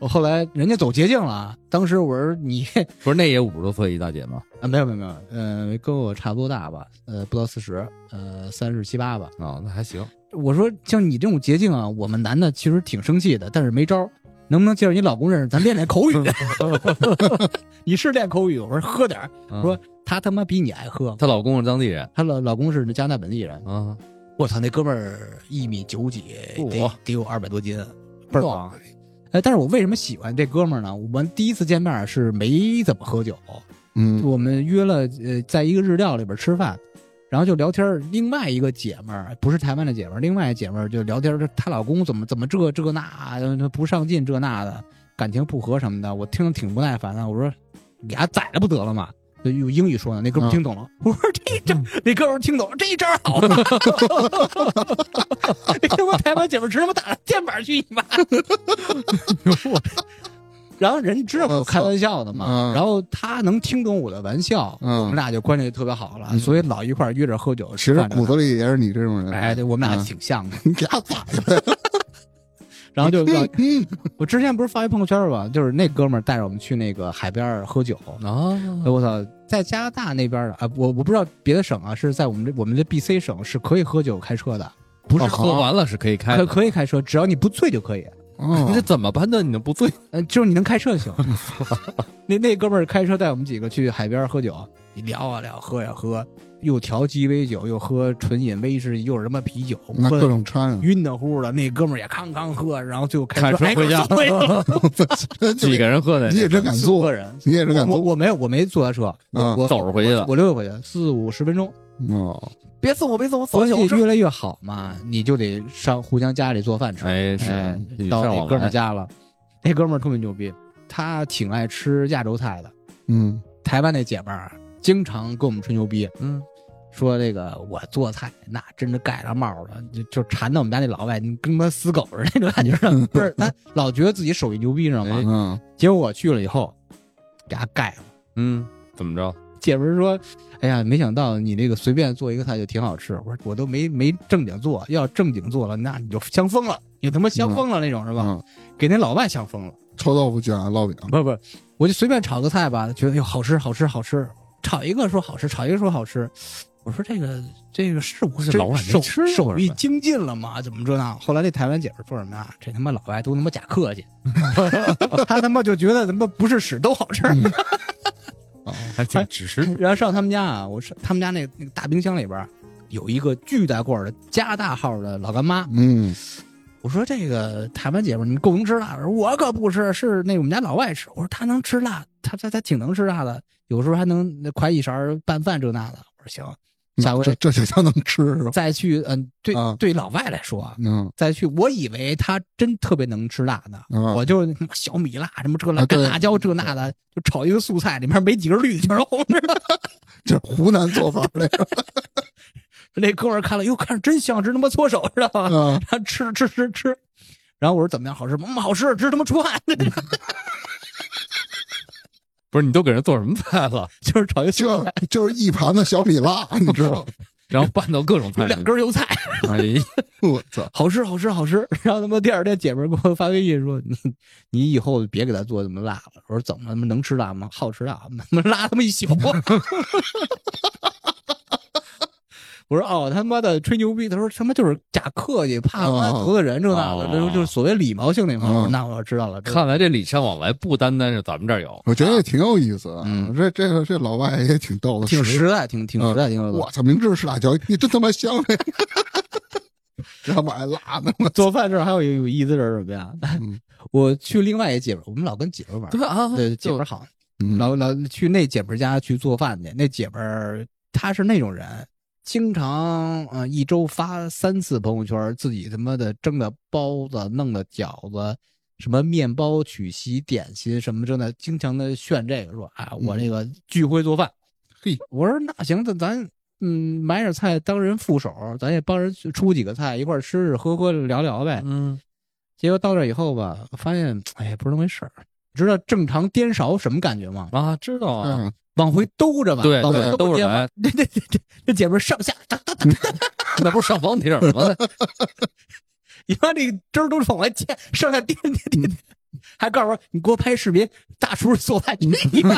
S3: 我后来人家走捷径了啊，当时我说你
S1: 不是那也五十多岁一大姐吗？
S3: 啊，没有没有没有，呃，跟我差不多大吧，呃，不到四十，呃，三十七八吧。
S1: 哦，那还行，
S3: 我说像你这种捷径啊，我们男的其实挺生气的，但是没招儿。能不能介绍你老公认识？咱练练口语。 你是练口语，我说喝点儿。
S1: 嗯
S3: 说他他妈比你爱喝。
S1: 她老公是当地人
S3: 她老老公是加拿大本地人。
S1: 啊，
S3: 我操，那哥们儿一米九几，得
S1: 嚯
S3: 得有二百多斤，倍儿棒。哎，但是我为什么喜欢这哥们儿呢？我们第一次见面是没怎么喝酒，
S2: 嗯
S3: 我们约了呃，在一个日料里边吃饭，然后就聊天儿。另外一个姐们儿不是台湾的姐们儿，另外一姐们儿就聊天儿，就她老公怎么怎么这这那呃不上进这那的，感情不和什么的，我听着挺不耐烦的。我说给他宰了不得了嘛。就用英语说呢，那哥们儿听懂了。我说这一招，那哥们儿听懂了，这一招好。那他妈台湾姐们儿直他妈打他肩膀去你妈！然后人知道我开玩笑的嘛，
S2: 嗯
S3: 然后他能听懂我的玩笑，我们
S2: 嗯，
S3: 俩就关系特别好了，
S2: 嗯
S3: 所以老一块儿约着喝酒。
S2: 其实骨
S3: 头，
S2: 子里也是你这种人，
S3: 哎，对，我们俩
S2: 嗯
S3: 挺像的。
S2: 你给他 宰了，
S3: 然 后就老，
S2: 嗯
S3: 我之前不是发一朋友圈儿吧，就是那哥们儿带着我们去那个海边儿喝酒。
S1: 啊，
S2: 嗯
S3: 哎我操，在加拿大那边儿的啊，我我不知道别的省啊，是在我们这我们这 B C 省是可以喝酒开车的，
S1: 不是
S2: 哦
S1: 喝完了是可以开
S3: 可
S1: 的，
S3: 可以开车，只要你不醉就可以。
S1: 你这
S2: 哦，
S1: 怎么判断你能不醉？
S3: 嗯、就是你能开车就行。 那那哥们儿开车带我们几个去海边儿喝酒，聊啊聊，喝呀、喝，又调鸡尾酒，又喝纯饮威士忌，又是什么啤酒，
S2: 那
S3: 喝
S2: 各种掺啊，
S3: 晕的乎的。那哥们儿也康康喝，然后最后开
S1: 开车
S3: 车
S1: 回家
S3: 哎给我送 回去
S1: 几个人喝的
S2: 你？也真敢
S3: 四
S2: 做，
S3: 五个人，
S2: 你也真敢
S3: 我
S2: 做，
S3: 我没有我没坐他车，我、
S2: 嗯
S3: 我
S1: 走着回去的
S3: 我溜达回去四五十分钟。
S2: 哦，
S1: 别送我，别送我，
S3: 关系越来越好嘛，你就得上互相家里做饭吃。
S1: 哎，是
S3: 哎
S1: 你
S3: 到
S1: 上
S3: 那
S1: 网
S3: 哥们儿
S1: 来
S3: 家了，那哥们儿特别牛逼，他挺爱吃亚洲菜的。
S2: 嗯
S3: 台湾那姐们儿经常跟我们吹牛逼，
S1: 嗯，
S3: 说这个我做菜那真是盖了帽了，就就馋到我们家那老外，你跟他妈死狗似的那种感觉上，不是他老觉得自己手艺牛逼，你知道吗？
S2: 嗯，
S3: 结果我去了以后，给他盖了。
S1: 嗯，怎么着？
S3: 姐们儿说：“哎呀，没想到你这个随便做一个菜就挺好吃。”我说：“我都没没正经做，要正经做了，那你就香疯了，你他妈香疯了那种是吧？
S2: 嗯
S3: 给那老外香疯了。
S2: 臭豆腐卷啊烙饼，
S3: 不是不是，我就随便炒个菜吧，觉得哟哎好吃好吃好吃，炒一个说好吃，炒一个说好吃。我说这个这个是我
S1: 是
S3: 这
S1: 老外没
S3: 手
S1: 吃过
S3: 手艺
S1: 是吧
S3: 精进了吗？怎么着呢？后来那台湾姐们儿说什么呀？这他妈老外都他妈假客气， 他他妈就觉得他妈不是屎都好吃。
S1: 还挺直视
S3: 然后上他们家啊，我上他们家那个那个大冰箱里边儿有一个巨大罐儿的加拿大号的老干妈，
S2: 嗯
S3: 我说这个台湾姐们儿，你够能吃辣的？我可不吃，是那我们家老外吃。我说他能吃辣，他他他挺能吃辣的，有时候还能那快一勺儿拌饭这那的。我说行，下回
S2: 嗯这这就叫能吃是吧？
S3: 再去，嗯，对、
S2: 啊
S3: 对，老外来说啊，
S2: 嗯
S3: 再去，我以为他真特别能吃辣的，
S2: 啊
S3: 我就 什么小米辣什么这辣
S2: 啊对
S3: 干辣椒这那的，就炒一个素菜，里面没几根绿的，全是红的。
S2: 这湖南做法那个，
S3: 那哥们儿看了，哟，看着真香，直他妈搓手，知道吗？
S2: 啊
S3: 他吃吃吃吃，然后我说怎么样，好吃吗？嗯，好吃，直他妈出汗，
S1: 不是你都给人做什么菜了？
S3: 就是炒一素
S2: 就
S3: 菜，
S2: 就是一盘子小米辣，你知道吗？
S1: 然后拌到各种
S3: 有
S1: 菜里
S3: 两 根油菜，
S1: 哎呀，
S2: 我操，
S3: 好吃，好吃，好吃。 然后他妈第二天姐们儿给我发微信说：“你你以后别给他做那么辣了。”我说：“怎么了？他妈能吃辣啊吗？ 啊好吃辣，他妈辣他妈一宿。”我说哦，他妈的吹牛逼，他说他妈就是假客气，怕
S2: 哦
S3: 怕得罪人这那的，
S1: 哦
S3: 这就是所谓礼貌性那块儿。
S2: 嗯
S3: 我说那我知道了，知道了
S1: 看来这礼尚往来不单单是咱们这儿有，
S2: 我觉得也挺有意思的。啊
S3: 嗯
S2: 这这个这老外也挺逗的，
S3: 挺
S2: 实嗯
S3: 实在，挺挺实在，
S1: 嗯
S3: 挺有意思
S2: 我操，明知是辣椒，你真他妈香 呗！这么爱辣呢？
S3: 做饭这儿还有一个有意思的事儿是什么呀？
S2: 嗯
S3: 我去另外一姐们儿，我们老跟姐们儿玩儿，
S1: 吧啊
S3: 对姐
S1: 就
S3: 们儿好，
S2: 嗯
S3: 老老去那姐们儿家去做饭去。那姐们儿她是那种人，经常呃一周发三次朋友圈儿，自己他妈的蒸的包子、弄的饺子、什么面包、曲奇、点心什么，真的经常的炫这个说啊，我这个巨会做饭。
S2: 嘿，
S3: 我说那行，那咱。嗯，买点菜当人副手，咱也帮人出几个菜，一块儿吃吃喝喝聊聊呗。
S1: 嗯，
S3: 结果到这以后吧，我发现哎呀不是那么回事儿。知道正常颠勺什么感觉吗？
S1: 啊，知道啊，
S2: 嗯，
S3: 往回兜着吧，
S1: 对
S3: 往回
S1: 对，
S3: 兜
S1: 都是
S3: 颠 吧
S1: 来，
S3: 这这这这这姐们儿上下，哒哒
S1: 那不是上房顶吗？
S3: 你妈这个汁儿都是往外溅，上下颠颠颠颠，
S1: 嗯
S3: 还告诉我你给我拍视频，大厨做饭，你 妈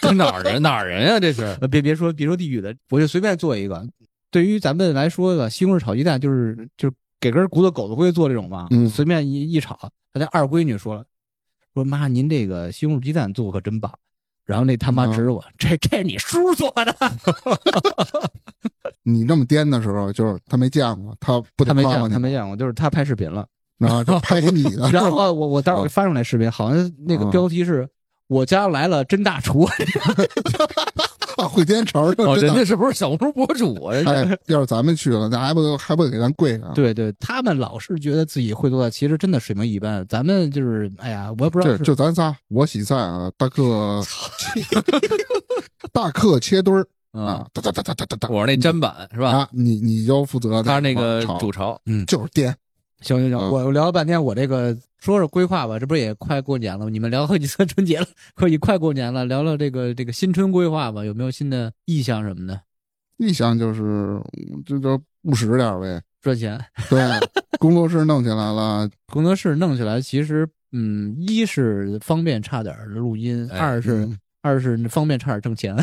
S1: 这哪儿人哪儿人啊呀？这是
S3: 呃别别说别说地狱了，我就随便做一个。对于咱们来说吧，西红柿炒鸡蛋就是就是给根骨头狗子灰做这种嘛，
S2: 嗯
S3: 随便一一炒。他那二闺女说了，说妈，您这个西红柿鸡蛋做可真棒。然后那他妈
S2: 嗯
S3: 指着我，这这是你叔做的，
S2: 你这么颠的时候，就是他没见过，他不
S3: 他
S2: 得
S3: 没
S2: 夸夸
S3: 见过，
S2: 你
S3: 他，没见过，就是他拍视频 了。。
S2: 然后就拍给你的
S3: 然后我我待会儿发出来视频，好像那个
S2: 嗯
S3: 标题是“我家来了真大厨
S2: 大会颠勺儿，
S1: 哦，
S2: 真
S1: 人
S2: 的。
S1: 家是不是小红书博主啊？人家
S2: 哎，要是咱们去了，那还不得还不得给咱跪上”。。
S3: 对对，他们老是觉得自己会做菜，其实真的水平一般。咱们就是，哎呀，我也不知道
S2: 这
S3: 是
S2: 就咱仨，我洗菜啊，大 客，大客切墩儿
S1: 啊
S2: 啊，，哒哒哒哒哒哒哒
S1: 我是那砧板是吧？
S2: 啊，你你就负责
S1: 他是那个
S2: 嗯炒
S1: 主潮，
S2: 就是颠，
S3: 行行行，
S2: 嗯
S3: 我我聊了半天，我这个说说规划吧，这不是也快过年了吗？你们聊好几次春节了，可以快过年了，聊聊这个这个新春规划吧，有没有新的意向什么的？
S2: 意向就是嗯这就务实点儿呗。
S3: 赚钱，
S2: 对，工作室弄起来了，
S3: 工作室弄起来，其实嗯，一是方便差点儿录音，
S1: 哎
S3: 二是、
S2: 嗯
S3: 二是方便差点儿挣钱。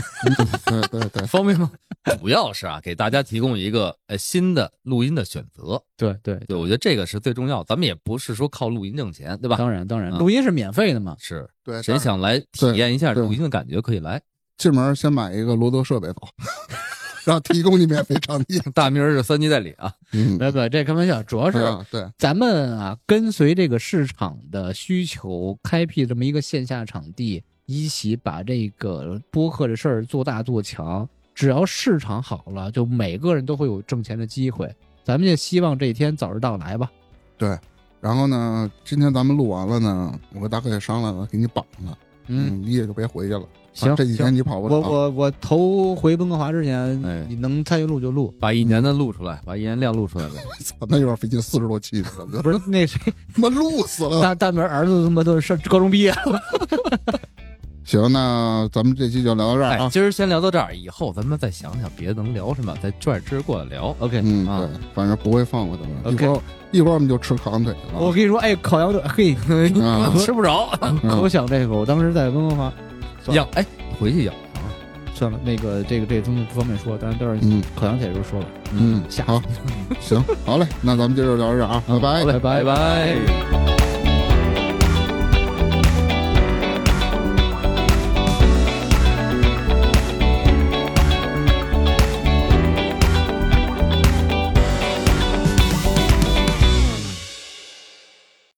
S2: 对 对对，
S1: 方便吗？主要是啊，给大家提供一个呃新的录音的选择。
S3: 对对，
S1: 对，我觉得这个是最重要。咱们也不是说靠录音挣钱，对吧？
S3: 当然当然，
S1: 嗯
S3: 录音是免费的嘛。
S1: 是，
S2: 对，
S1: 谁想来体验一下
S2: 对对
S1: 录音的感觉，可以来。
S2: 进门先买一个罗德设备走， 然后提供你免费场地。
S1: 大明儿是三级代理啊，
S2: 嗯，
S3: 没有没有，这开玩笑，主要是
S1: 嗯
S2: 啊，对，
S3: 咱们啊，跟随这个市场的需求，开辟这么一个线下场地，一起把这个播客的事儿做大做强。只要市场好了，就每个人都会有挣钱的机会。咱们也希望这一天早日到来吧。
S2: 然后呢，今天咱们录完了呢，我跟大哥也商量了，给你绑了，
S3: 嗯，，
S2: 你也就别回去了。
S3: 行，
S2: 这几
S3: 行
S2: 天你跑不
S3: 我
S2: 了。
S3: 我我头回温哥华之前，
S1: 哎
S3: 你能参与录就录，
S1: 把一年的录出来，把一年量录出来呗。
S2: 操，那有点费劲，四十多期呢，怎么
S3: 不是那谁
S2: 他妈录死 了。
S3: 大大明儿儿子他妈都上高中毕业了。
S2: 行，那咱们这期就聊到这儿
S1: 哎，
S2: 啊。
S1: 今儿先聊到这儿，以后咱们再想想别的能聊什么，再拽着过来 聊。
S3: OK，
S2: 嗯，
S1: 啊
S2: 对，反正不会放过咱们。一
S3: OK
S2: 会儿一会儿我们就吃烤羊腿去
S3: 我
S2: 了。
S3: 跟你说，哎，烤羊腿，嘿，
S2: 啊嗯
S1: 吃不 着，
S3: 可想这个，我当时在温哥华，算了
S1: 养哎，回去养。
S3: 算了，那个这个这个东西不方便说，但是待会儿
S2: 嗯
S3: 烤羊腿的时候说吧。
S2: 嗯
S3: 下，
S2: 好，行，好嘞，那咱们今儿就聊到这儿啊，拜拜
S1: 好。嘞拜
S3: 拜拜
S1: 拜